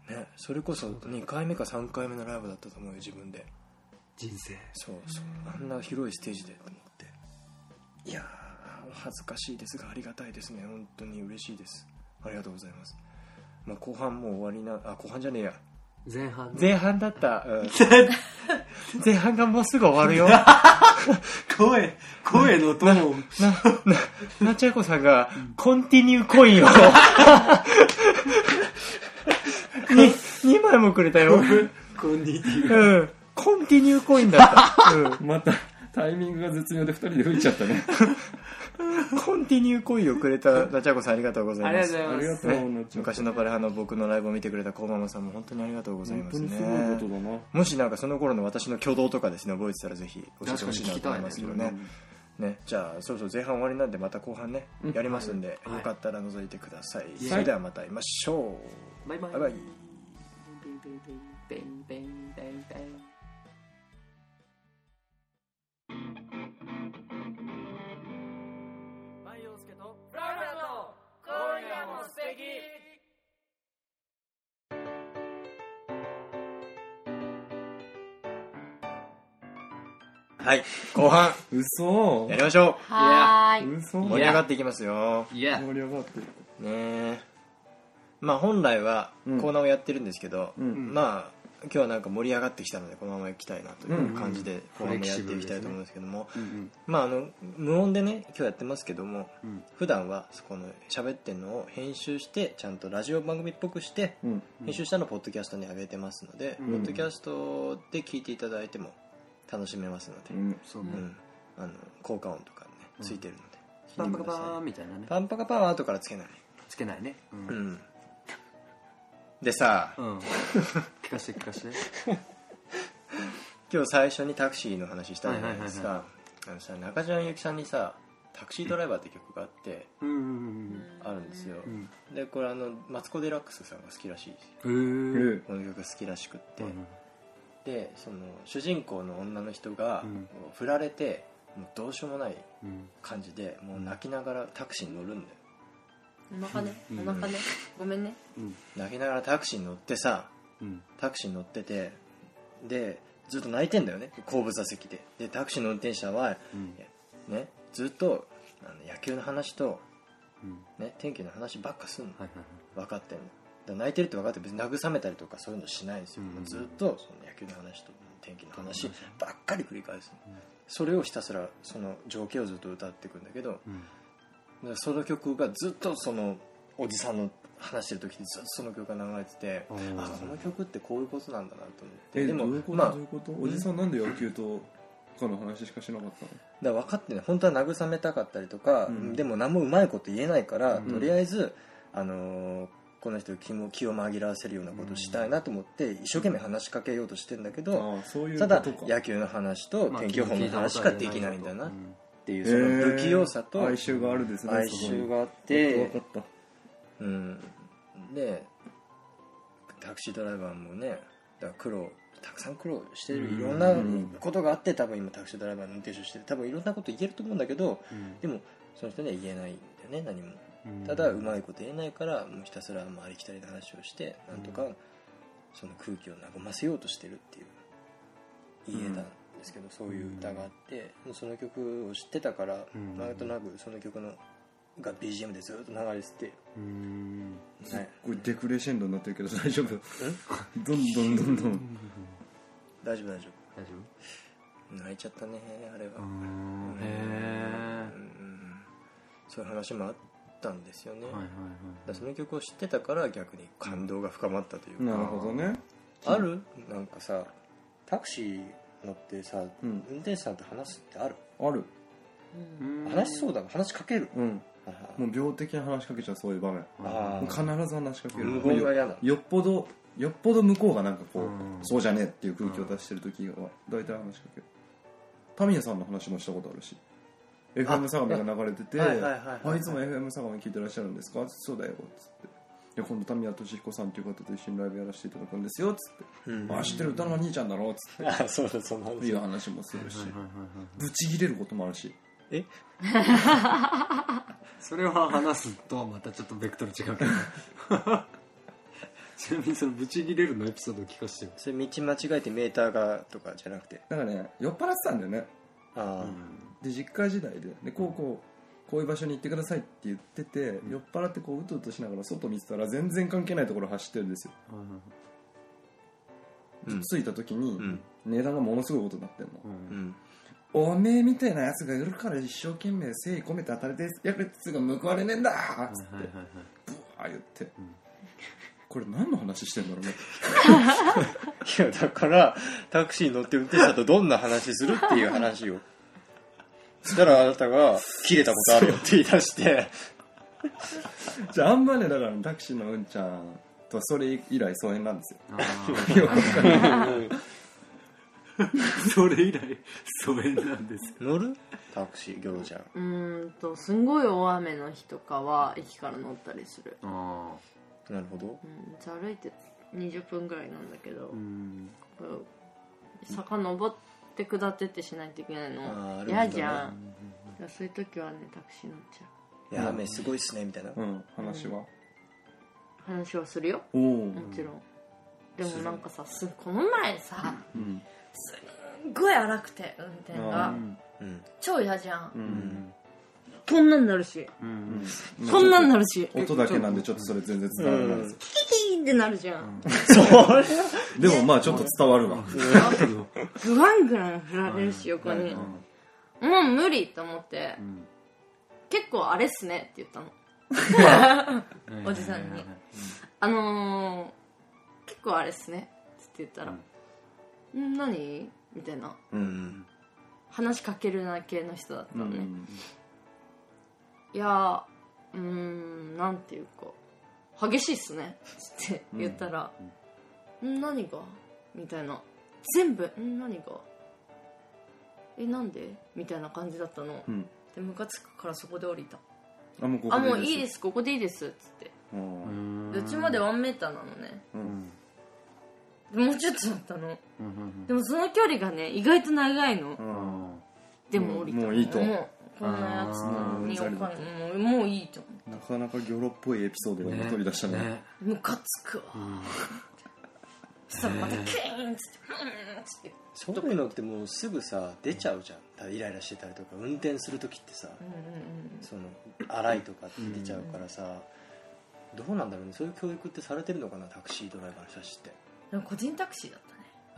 Speaker 1: ね、それこそ2回目か3回目のライブだったと思うよ自分で
Speaker 3: 人生
Speaker 1: そうそうあんな広いステージでと思っていやーお恥ずかしいですがありがたいですね本当に嬉しいですありがとうございます、まあ、後半もう終わりなあ後半じゃねえや
Speaker 3: 前半
Speaker 1: 前半だった、うん 前半がもうすぐ終わる よ
Speaker 3: 声声のトーン
Speaker 1: な、な、なちゃこさんが、コンティニューコイ ンを、に、2枚もくれたよ。
Speaker 3: こんにちは
Speaker 1: うん。コンティニューコインだった、う
Speaker 2: またタイミングが絶妙で2人で吹いち ゃったね
Speaker 1: ん、コンティニューコインをくれたダチャコさんありがとうございます
Speaker 2: ありがとう
Speaker 1: ね
Speaker 2: なっちゃん
Speaker 1: 昔のパレハの僕のライブを見てくれたコウママさんも本当にありがとうござい
Speaker 2: 本
Speaker 1: ま
Speaker 2: 当
Speaker 1: す
Speaker 2: に
Speaker 1: ね
Speaker 2: すごいことだな
Speaker 1: もしなんかその頃の私の挙動とかですね覚えてたらぜひ教えてほしいなと思いますけどね
Speaker 3: 確かに聞き
Speaker 1: ねじゃあそろそろ前半終わりなんでまた後半ねやりますんで、
Speaker 3: はい
Speaker 1: よかったら覗いてください、それではまた会いましょ
Speaker 3: バイバ
Speaker 1: う
Speaker 3: イ
Speaker 1: バイバイはい後半
Speaker 2: 嘘
Speaker 1: やりましょ
Speaker 4: はーい。
Speaker 2: 嘘
Speaker 1: う
Speaker 2: 盛
Speaker 1: 盛り上がっていきますよ
Speaker 3: イエー
Speaker 2: り上がってる
Speaker 1: ねえまあ本来はコ
Speaker 2: うん
Speaker 1: ーナーをやってるんですけど、
Speaker 2: うん
Speaker 1: まあ今日はなんか盛り上がってきたのでこのまま行きたいなという感じで
Speaker 3: う
Speaker 1: コー
Speaker 3: ん
Speaker 1: ナーもやっていきたいと思うんですけども、
Speaker 3: うんうん
Speaker 1: まああの無音でね今日やってますけども
Speaker 3: うん
Speaker 1: 普段はそこの喋ってるのを編集してちゃんとラジオ番組っぽくして
Speaker 2: うん
Speaker 1: 編集したのをポッドキャストに上げてますので、
Speaker 3: うん
Speaker 1: ポッドキャストで聞いていただいても楽しめますので、
Speaker 2: うん
Speaker 3: そうね
Speaker 1: うんあの効果音とかねついてるので、
Speaker 3: パンパ
Speaker 1: 聞いて
Speaker 3: カ
Speaker 1: くださ
Speaker 3: パ
Speaker 1: い
Speaker 3: ーンみたいなね
Speaker 1: パンパカパンは後からつけない
Speaker 3: つけないねうん
Speaker 1: う
Speaker 3: うん
Speaker 1: んでさ
Speaker 3: 聞かして聞かして
Speaker 1: 今日最初にタクシーの話したじゃないです
Speaker 3: は
Speaker 1: かあのさ中島みゆきさんにさ「タクシードライバー」って曲があって
Speaker 3: うんうん
Speaker 1: あるんですよ
Speaker 3: うんうん
Speaker 1: でこれあのマツコ・デラックスさんが好きらしいです
Speaker 3: うんへえ
Speaker 2: え
Speaker 1: この曲好きらしくって、
Speaker 3: うん
Speaker 1: でその主人公の女の人が
Speaker 3: うん
Speaker 1: こう振られてもうどうしようもない
Speaker 3: うん
Speaker 1: 感じでもう泣きながらタクシーに乗るんだよ
Speaker 4: お腹ね、
Speaker 3: うん
Speaker 4: お腹ね。ごめんね。
Speaker 3: うん
Speaker 1: 泣きながらタクシーに乗ってさ
Speaker 3: うん
Speaker 1: タクシーに乗っててでずっと泣いてんだよね後部座席ででタクシーの運転手は
Speaker 3: うん
Speaker 1: ねずっとあの野球の話と、
Speaker 3: うん
Speaker 1: ね、天気の話ばっかすんの
Speaker 3: はいはいはい
Speaker 1: 分かってんのだから泣いてるって分かって別に慰めたりとかそういうのしないんですよ、
Speaker 3: うん
Speaker 1: もうずっとその野球の話と天気の話ばっかり繰り返すの、
Speaker 3: うん
Speaker 1: それをひたすらその情景をずっと歌っていくんだけどだか
Speaker 3: うん
Speaker 1: らその曲がずっとそのおじさんの話してる時にずっとその曲が流れてて
Speaker 3: おー
Speaker 1: あこの曲ってこういうことなんだなと思って
Speaker 2: え
Speaker 1: で
Speaker 2: ど
Speaker 1: も
Speaker 2: ういうこと
Speaker 1: まあ
Speaker 2: どういうことおじさんなんで野球とかの話しかしなかったの
Speaker 1: だから分かってね本当は慰めたかったりとか、
Speaker 2: うん
Speaker 1: でも何もうまいこと言えないから、
Speaker 3: うん
Speaker 1: とりあえず、あのーこの人気も気を紛らわせるようなことをしたいなと思って、一生懸命話しかけようとしてんだけど、
Speaker 2: ああそういうこ
Speaker 1: た
Speaker 2: と
Speaker 1: だ
Speaker 2: か
Speaker 1: 野球の話と
Speaker 3: まあ
Speaker 1: 天気予報の話しかできないんだなっていうそ
Speaker 2: へー
Speaker 1: の不器用さと
Speaker 2: 哀愁があるですね
Speaker 1: 哀愁があっ
Speaker 2: 分
Speaker 1: て
Speaker 2: か、った
Speaker 1: うん、でタクシードライバーもねだから苦労たくさん苦労してるいろんなことがあって多分今タクシードライバーの運転手してる多分いろんなこと言えると思うんだけどでもその人には言えないんだよね何もただうまいこと言えないからもうひたすらまあありきたりな話をしてなんとかその空気を和ませようとしてるっていう言えたんですけどそういう歌があってもうその曲を知ってたから
Speaker 3: うん
Speaker 1: なんとなくその曲のが BGM でずっと流れて
Speaker 3: うん
Speaker 1: て、ね、
Speaker 2: これデクレッシェンドになってるけど大丈夫どんどんどんどん
Speaker 1: 大丈夫大丈
Speaker 3: 大丈
Speaker 1: 夫泣いちゃったねあれは
Speaker 3: 夫うんへ
Speaker 1: うんうんそういう話もあったんですよね、
Speaker 3: えはいは
Speaker 1: だ
Speaker 3: い
Speaker 1: か
Speaker 3: は
Speaker 1: らその曲を知ってたから逆に感動が深まったというか、
Speaker 2: なるほどね
Speaker 1: あるなんかさタクシー乗ってさ、
Speaker 2: うん
Speaker 1: 運転手さんと話すってある
Speaker 2: ある
Speaker 3: い
Speaker 1: 話しそうだな話しかける、
Speaker 2: うん
Speaker 1: あ
Speaker 2: もう病的な話しかけちゃうそういう場面
Speaker 1: あ
Speaker 2: 必ず話しかける
Speaker 1: 無言が嫌だ
Speaker 2: よっぽどよっぽど向こうがなんかこう、
Speaker 3: うん
Speaker 2: そうじゃねえっていう空気を出してる時は大体話しかけるタミヤさんの話もしたことあるし FM 相模が流れてて「
Speaker 1: はいはいはいはい
Speaker 2: あいつも FM 相模聞いてらっしゃるんですか?」そうだよ」っつって「で今度タミヤ俊彦さんという方と一緒にライブやらせていただくんですよ」っつって
Speaker 1: う
Speaker 2: 「
Speaker 1: ん
Speaker 2: あ知ってる歌のお兄ちゃんだろ」っつ っ
Speaker 1: あそうだそんな
Speaker 2: て
Speaker 1: 話
Speaker 2: いう話もするし
Speaker 3: はいはいはいはい
Speaker 2: ぶち切れることもあるし
Speaker 1: え
Speaker 3: それは話すとはまたちょっとベクトル違うけどちなみにそのブチギレるのエピソードを聞かせてよ
Speaker 1: それ道間違えてメーターがとかじゃなくて
Speaker 2: だからね酔っ払ってたんだよね
Speaker 1: ああ、
Speaker 2: で実家時代ででこうこうこういう場所に行ってくださいって言ってて、酔っ払ってこううとうとしながら外見てたら全然関係ないところ走ってるんですよ、
Speaker 1: うん
Speaker 2: 着いた時に、
Speaker 1: ん
Speaker 2: 値段がものすごいことになってんの、
Speaker 1: うん
Speaker 2: おめえみたいなやつがいるから一生懸命誠意込めて当たりですやるっつうが報われねえんだっつって、ブワー言って、これ何の話してんだろうね
Speaker 1: いやだからタクシーに乗って運転手さんとどんな話するっていう 話をそしたらあなたが「切れたことあるよ」って言い出して
Speaker 2: じゃああんまねだからタクシーのうんちゃんとはそれ以来疎遠なんですよ
Speaker 3: あー
Speaker 2: よくわかんない
Speaker 3: それ以来疎遠なんです
Speaker 1: 乗るタクシーギョロちゃん
Speaker 4: うーんとすんごい大雨の日とかは駅から乗ったりする、
Speaker 3: あ
Speaker 1: なるほど
Speaker 4: うん、じゃあ歩いて20分ぐらいなんだけど
Speaker 3: あう、ん
Speaker 4: こう坂登って下ってってしないといけない
Speaker 1: あーある
Speaker 4: の
Speaker 1: んだね
Speaker 4: 嫌、じゃんだからそういう時はねタクシー乗っちゃ
Speaker 1: いや雨すごいっすねみたいな
Speaker 2: うん話は
Speaker 4: う話はするよ
Speaker 2: おお
Speaker 4: もちろんでもなんかさすこの前さ
Speaker 2: うん
Speaker 4: すっごい荒くて運転が
Speaker 1: うん
Speaker 4: 超嫌じゃん
Speaker 2: うん
Speaker 4: こんなんなるし
Speaker 3: うん
Speaker 4: こんなんなるし
Speaker 2: 音だけなんでちょっとそれ全然伝わらないですよ
Speaker 4: キーンってなるじゃん
Speaker 2: でもまあちょっと伝わるわ
Speaker 4: グワングワン振られるし横にもう無理と思って
Speaker 3: ん
Speaker 4: 結構あれっすねって言ったのおじさんにあのー、結構あれっすねって言ったら「ん何?」みたいな
Speaker 1: うん
Speaker 4: 話しかけるな系の人だった
Speaker 2: う
Speaker 4: の
Speaker 2: ん
Speaker 4: ね、いやーうーんなんていうか激しいっすねって言ったら「ん何が?」みたいな全部「ん何が?」えなんでみたいな感じだったの、
Speaker 2: うん
Speaker 4: でムカつくからそこで降りた
Speaker 2: あもうこ
Speaker 4: あ
Speaker 2: こ
Speaker 4: もういいですすここでいいですっつって
Speaker 2: うん
Speaker 4: でうちまでワンメーターなのね
Speaker 2: うん
Speaker 4: でもうちょっとだったの
Speaker 3: うんうん
Speaker 4: でもその距離がね意外と長いの、
Speaker 3: うん
Speaker 4: でも降りた
Speaker 2: もういいと
Speaker 4: もうこんなやつにお金もうもういいと思
Speaker 2: なかなかギョロっぽいエピソードが今
Speaker 3: ね
Speaker 2: 取り出したね
Speaker 3: ね
Speaker 4: うムカつくわ
Speaker 3: うん
Speaker 4: そしたらまたキーンっつってうんっつって
Speaker 1: そういうのってもうすぐさ出ちゃうじゃん多分イライラしてたりとか運転する時ってさ
Speaker 4: うんうん
Speaker 1: その荒いとかって出ちゃうからさどうなんだろうねそういう教育ってされてるのかなタクシードライバーの人たちって
Speaker 4: うんでも個人タクシーだった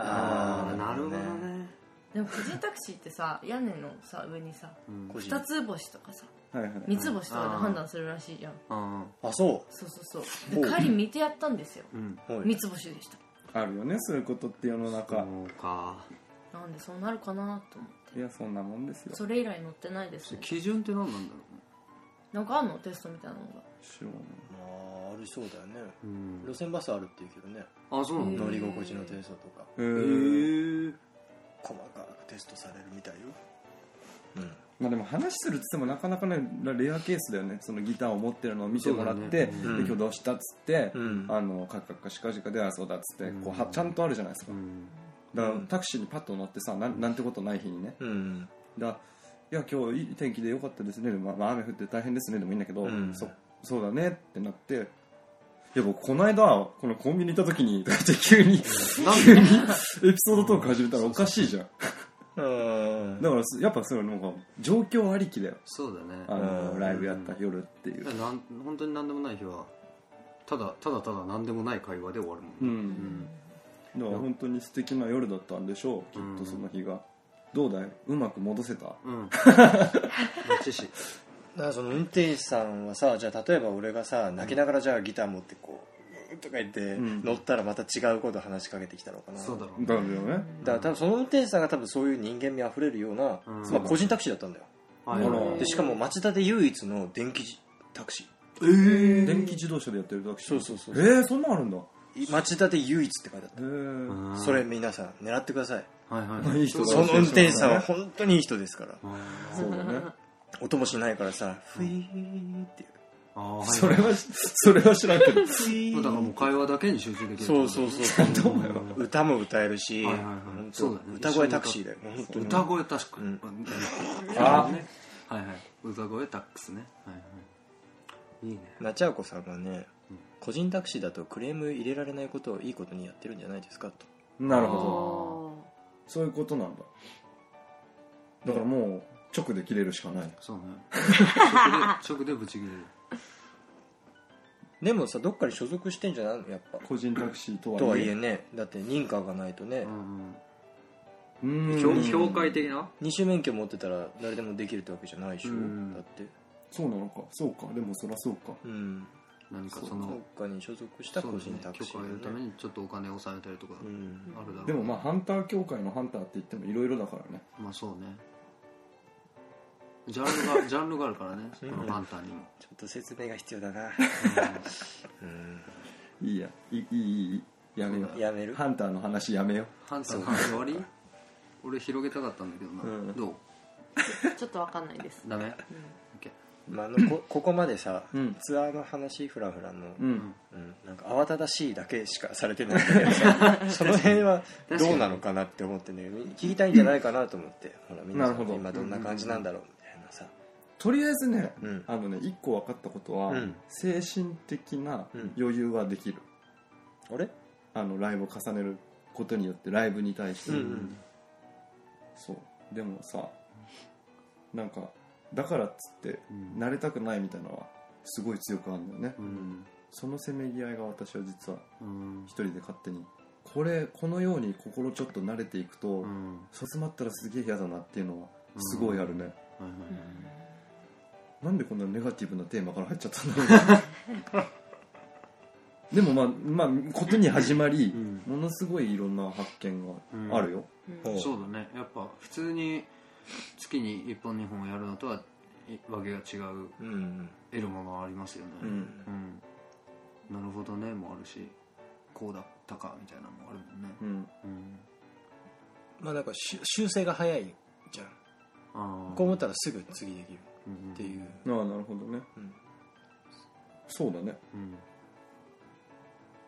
Speaker 4: ね
Speaker 3: ああなるほど
Speaker 1: なるほどね
Speaker 3: ね
Speaker 4: でも個人タクシーってさ屋根のさ上にさ
Speaker 3: うん
Speaker 1: 個人
Speaker 4: 二つ星とかさ
Speaker 2: はいはい
Speaker 4: 三つ星とかで判断するらしいじゃん
Speaker 3: あ
Speaker 1: あそ
Speaker 4: そうそう
Speaker 1: ほ
Speaker 4: そう
Speaker 1: う
Speaker 4: で帰り見てやったんですよ
Speaker 3: ーうん
Speaker 1: うはい
Speaker 4: 三つ星でし
Speaker 2: あるよねそういうことって世の中
Speaker 3: そうか
Speaker 4: たなんでそうなるかなと思
Speaker 2: い
Speaker 4: って
Speaker 2: やそんなもんですよ
Speaker 4: それ以来乗ってないですね
Speaker 3: 基準って何なんだろ
Speaker 4: なんかあんのテストみたいなのが
Speaker 2: 知らな
Speaker 1: まあありそうだよね
Speaker 3: うね
Speaker 1: 路線バスあるっていうけどね
Speaker 3: うんあそうなんだ
Speaker 4: うん
Speaker 1: 乗り心地の低さとか
Speaker 2: い
Speaker 3: へ
Speaker 2: へえ
Speaker 3: ー
Speaker 1: 細かくテストされるみたいよ
Speaker 2: まあでも話するっつってもなかなかねレアケースだよねそのギターを持ってるのを見てもらって、
Speaker 3: そうだね
Speaker 2: で
Speaker 1: うん
Speaker 2: 今日どうしたっつって、
Speaker 1: うん
Speaker 2: あのカッカッカシカシカであそうだっつって
Speaker 3: うん
Speaker 2: こうはちゃんとあるじゃないですか、
Speaker 3: うん
Speaker 2: だから
Speaker 1: うん
Speaker 2: タクシーにパッと乗ってさなんなんてことない日にね
Speaker 1: うん
Speaker 2: だいや今日いい天気で良かったですねでも、まあ、雨降って大変ですねでもいいんだけど、
Speaker 1: うん
Speaker 2: そそうだねってなっていや僕この間このコンビニ行った時に 急に急 にエピソードトーク始めたらおかしいじゃん
Speaker 1: うん
Speaker 2: だからすやっぱそういうのが状況ありきだよ
Speaker 3: そうだね
Speaker 2: あの
Speaker 1: うん
Speaker 2: ライブやった夜っていう
Speaker 3: なん本当に何でもない日はただただただ何でもない会話で終わるもんね
Speaker 2: う
Speaker 4: うんん
Speaker 2: だから本当に素敵な夜だったんでしょうきっとその日がどうだいうまく戻せた
Speaker 3: うん。バッチシ。
Speaker 1: だからその運転手さんはさじゃあ例えば俺がさ泣きながらじゃあギター持ってこううーとか言って
Speaker 2: ん
Speaker 1: 乗ったらまた違うこと話しかけてきたのかな
Speaker 3: そうだろう。
Speaker 2: だよね
Speaker 1: だから多分その運転手さんが多分そういう人間味あふれるような、
Speaker 3: うん
Speaker 1: まあ、個人タクシーだったんだよ、
Speaker 3: はい
Speaker 2: ほら
Speaker 1: でしかも町田で唯一の電気タクシ
Speaker 2: 電気自動車でやってるタクシー
Speaker 1: そうそうそう
Speaker 2: えー、そんなんあるんだへ
Speaker 1: ー町田で唯一って書いてあった、
Speaker 2: えー、
Speaker 3: うん
Speaker 1: それ。皆さん狙ってください
Speaker 3: はいはい。
Speaker 2: いい人だ
Speaker 1: その運転手さんは本当にいい人ですから
Speaker 3: あ
Speaker 2: そうだね
Speaker 1: 音もしないからさふいーって
Speaker 3: あー、はい。
Speaker 2: それはそれは知らんけど
Speaker 1: ふい
Speaker 3: だからもう会話だけに集中できる。
Speaker 1: そうそうそう
Speaker 3: そう。
Speaker 1: 歌も歌えるし、
Speaker 3: はいはいはい
Speaker 1: 本当
Speaker 3: そうだね
Speaker 1: 歌声タクシーだよ本当に
Speaker 3: 歌声確かに。
Speaker 2: あ
Speaker 3: ね。はいはい。歌声タックスね。はいはい。いいね。
Speaker 1: なちゃうこさんがね個人タクシーだとクレーム入れられないことをいいことにやってるんじゃないですかと
Speaker 2: なる
Speaker 4: あ
Speaker 2: ほど
Speaker 4: ー
Speaker 2: そういうことなんだだからもう直で切れるしかない
Speaker 3: そうね。直で直でブチ切れる。
Speaker 1: でもさどっかに所属してんじゃないのやっぱ
Speaker 2: 個人タクシーと
Speaker 1: と
Speaker 2: は
Speaker 1: はい
Speaker 2: い
Speaker 1: え
Speaker 2: え
Speaker 1: ねだって認可がないとね、
Speaker 3: うん
Speaker 2: う
Speaker 3: うん。
Speaker 2: ーん
Speaker 3: 評評価的な
Speaker 1: 二種免許持ってたら誰でもできるってわけじゃないでしょ、
Speaker 3: うん
Speaker 1: だって
Speaker 2: そうなのかそうかでもそりゃそうか
Speaker 1: うん
Speaker 3: 何かその
Speaker 6: 国家に所属した個人タクシ
Speaker 3: そう
Speaker 6: ー
Speaker 3: ね許可を得るた
Speaker 6: だ
Speaker 3: め
Speaker 6: ね
Speaker 3: にちょっとお金を納めたりとかあ
Speaker 6: う
Speaker 3: る
Speaker 6: ん
Speaker 3: だろう、
Speaker 2: でもまあハンター協会のハンターって言ってもいろいろだからね
Speaker 3: まあそうねジャンルがジャンルがあるからねそのハンターにも
Speaker 6: ちょっと説明が必要だ な
Speaker 2: いいやいいいいいいやめよう
Speaker 6: やめる
Speaker 2: ハンターの話やめよ
Speaker 3: ハンターの話終わり俺広げたかったんだけどな、
Speaker 6: ん
Speaker 3: どう
Speaker 4: ちょっとわかんないです
Speaker 3: ダメ、オッケー
Speaker 6: まあ、あのこここまでさ、
Speaker 2: うん
Speaker 6: ツアーの話フラフラの、
Speaker 2: ううん
Speaker 6: うんなんか慌ただしいだけしかされてないんだけど さその辺はどうなのかなって思ってね聞きたいんじゃないかなと思 ってほら皆さ
Speaker 2: なる
Speaker 6: ん
Speaker 2: ほど
Speaker 6: 今どんな感じなんだろうみたいなさ
Speaker 2: とりあえずね、
Speaker 6: うん
Speaker 2: あのね一個分かったことは、
Speaker 6: うん
Speaker 2: 精神的な
Speaker 6: うん
Speaker 2: 余裕ができる、
Speaker 6: あれ
Speaker 2: あのライブを重ねることによってライブに対して、
Speaker 6: うんうん
Speaker 2: そうでもさなんかだからっつって
Speaker 3: うん
Speaker 2: 慣れたくないみたいなのはすごい強くあるんだよね、
Speaker 3: うん
Speaker 2: そのせめぎ合いが私は実は
Speaker 3: うん
Speaker 2: 一人で勝手にこれこのように心ちょっと慣れていくと、
Speaker 3: うん
Speaker 2: そう詰まったらすげえ嫌だなっていうのはすごいあるね、
Speaker 3: はいはいはい
Speaker 2: なんでこんなネガティブなテーマから入っちゃったんだろうでもまあ、まあ、ことに始まり、
Speaker 3: ん
Speaker 2: ものすごいいろんな発見があるよ、
Speaker 4: うん
Speaker 6: ほ
Speaker 3: そうだねやっぱ普通に月に1本2本やるのとはいわけが違う
Speaker 6: ううん
Speaker 3: 得るものはありますよね
Speaker 2: う、ん
Speaker 3: うんなるほどねもあるしこうだったかみたいなのもあるもんね、
Speaker 2: うん
Speaker 3: うん、
Speaker 1: まあなんかし修正が早いじゃん
Speaker 3: ああ
Speaker 1: こう思ったらすぐ次できる
Speaker 3: うん
Speaker 1: っていう、
Speaker 2: ああなるほどね、
Speaker 1: うん
Speaker 2: そうだね
Speaker 3: うん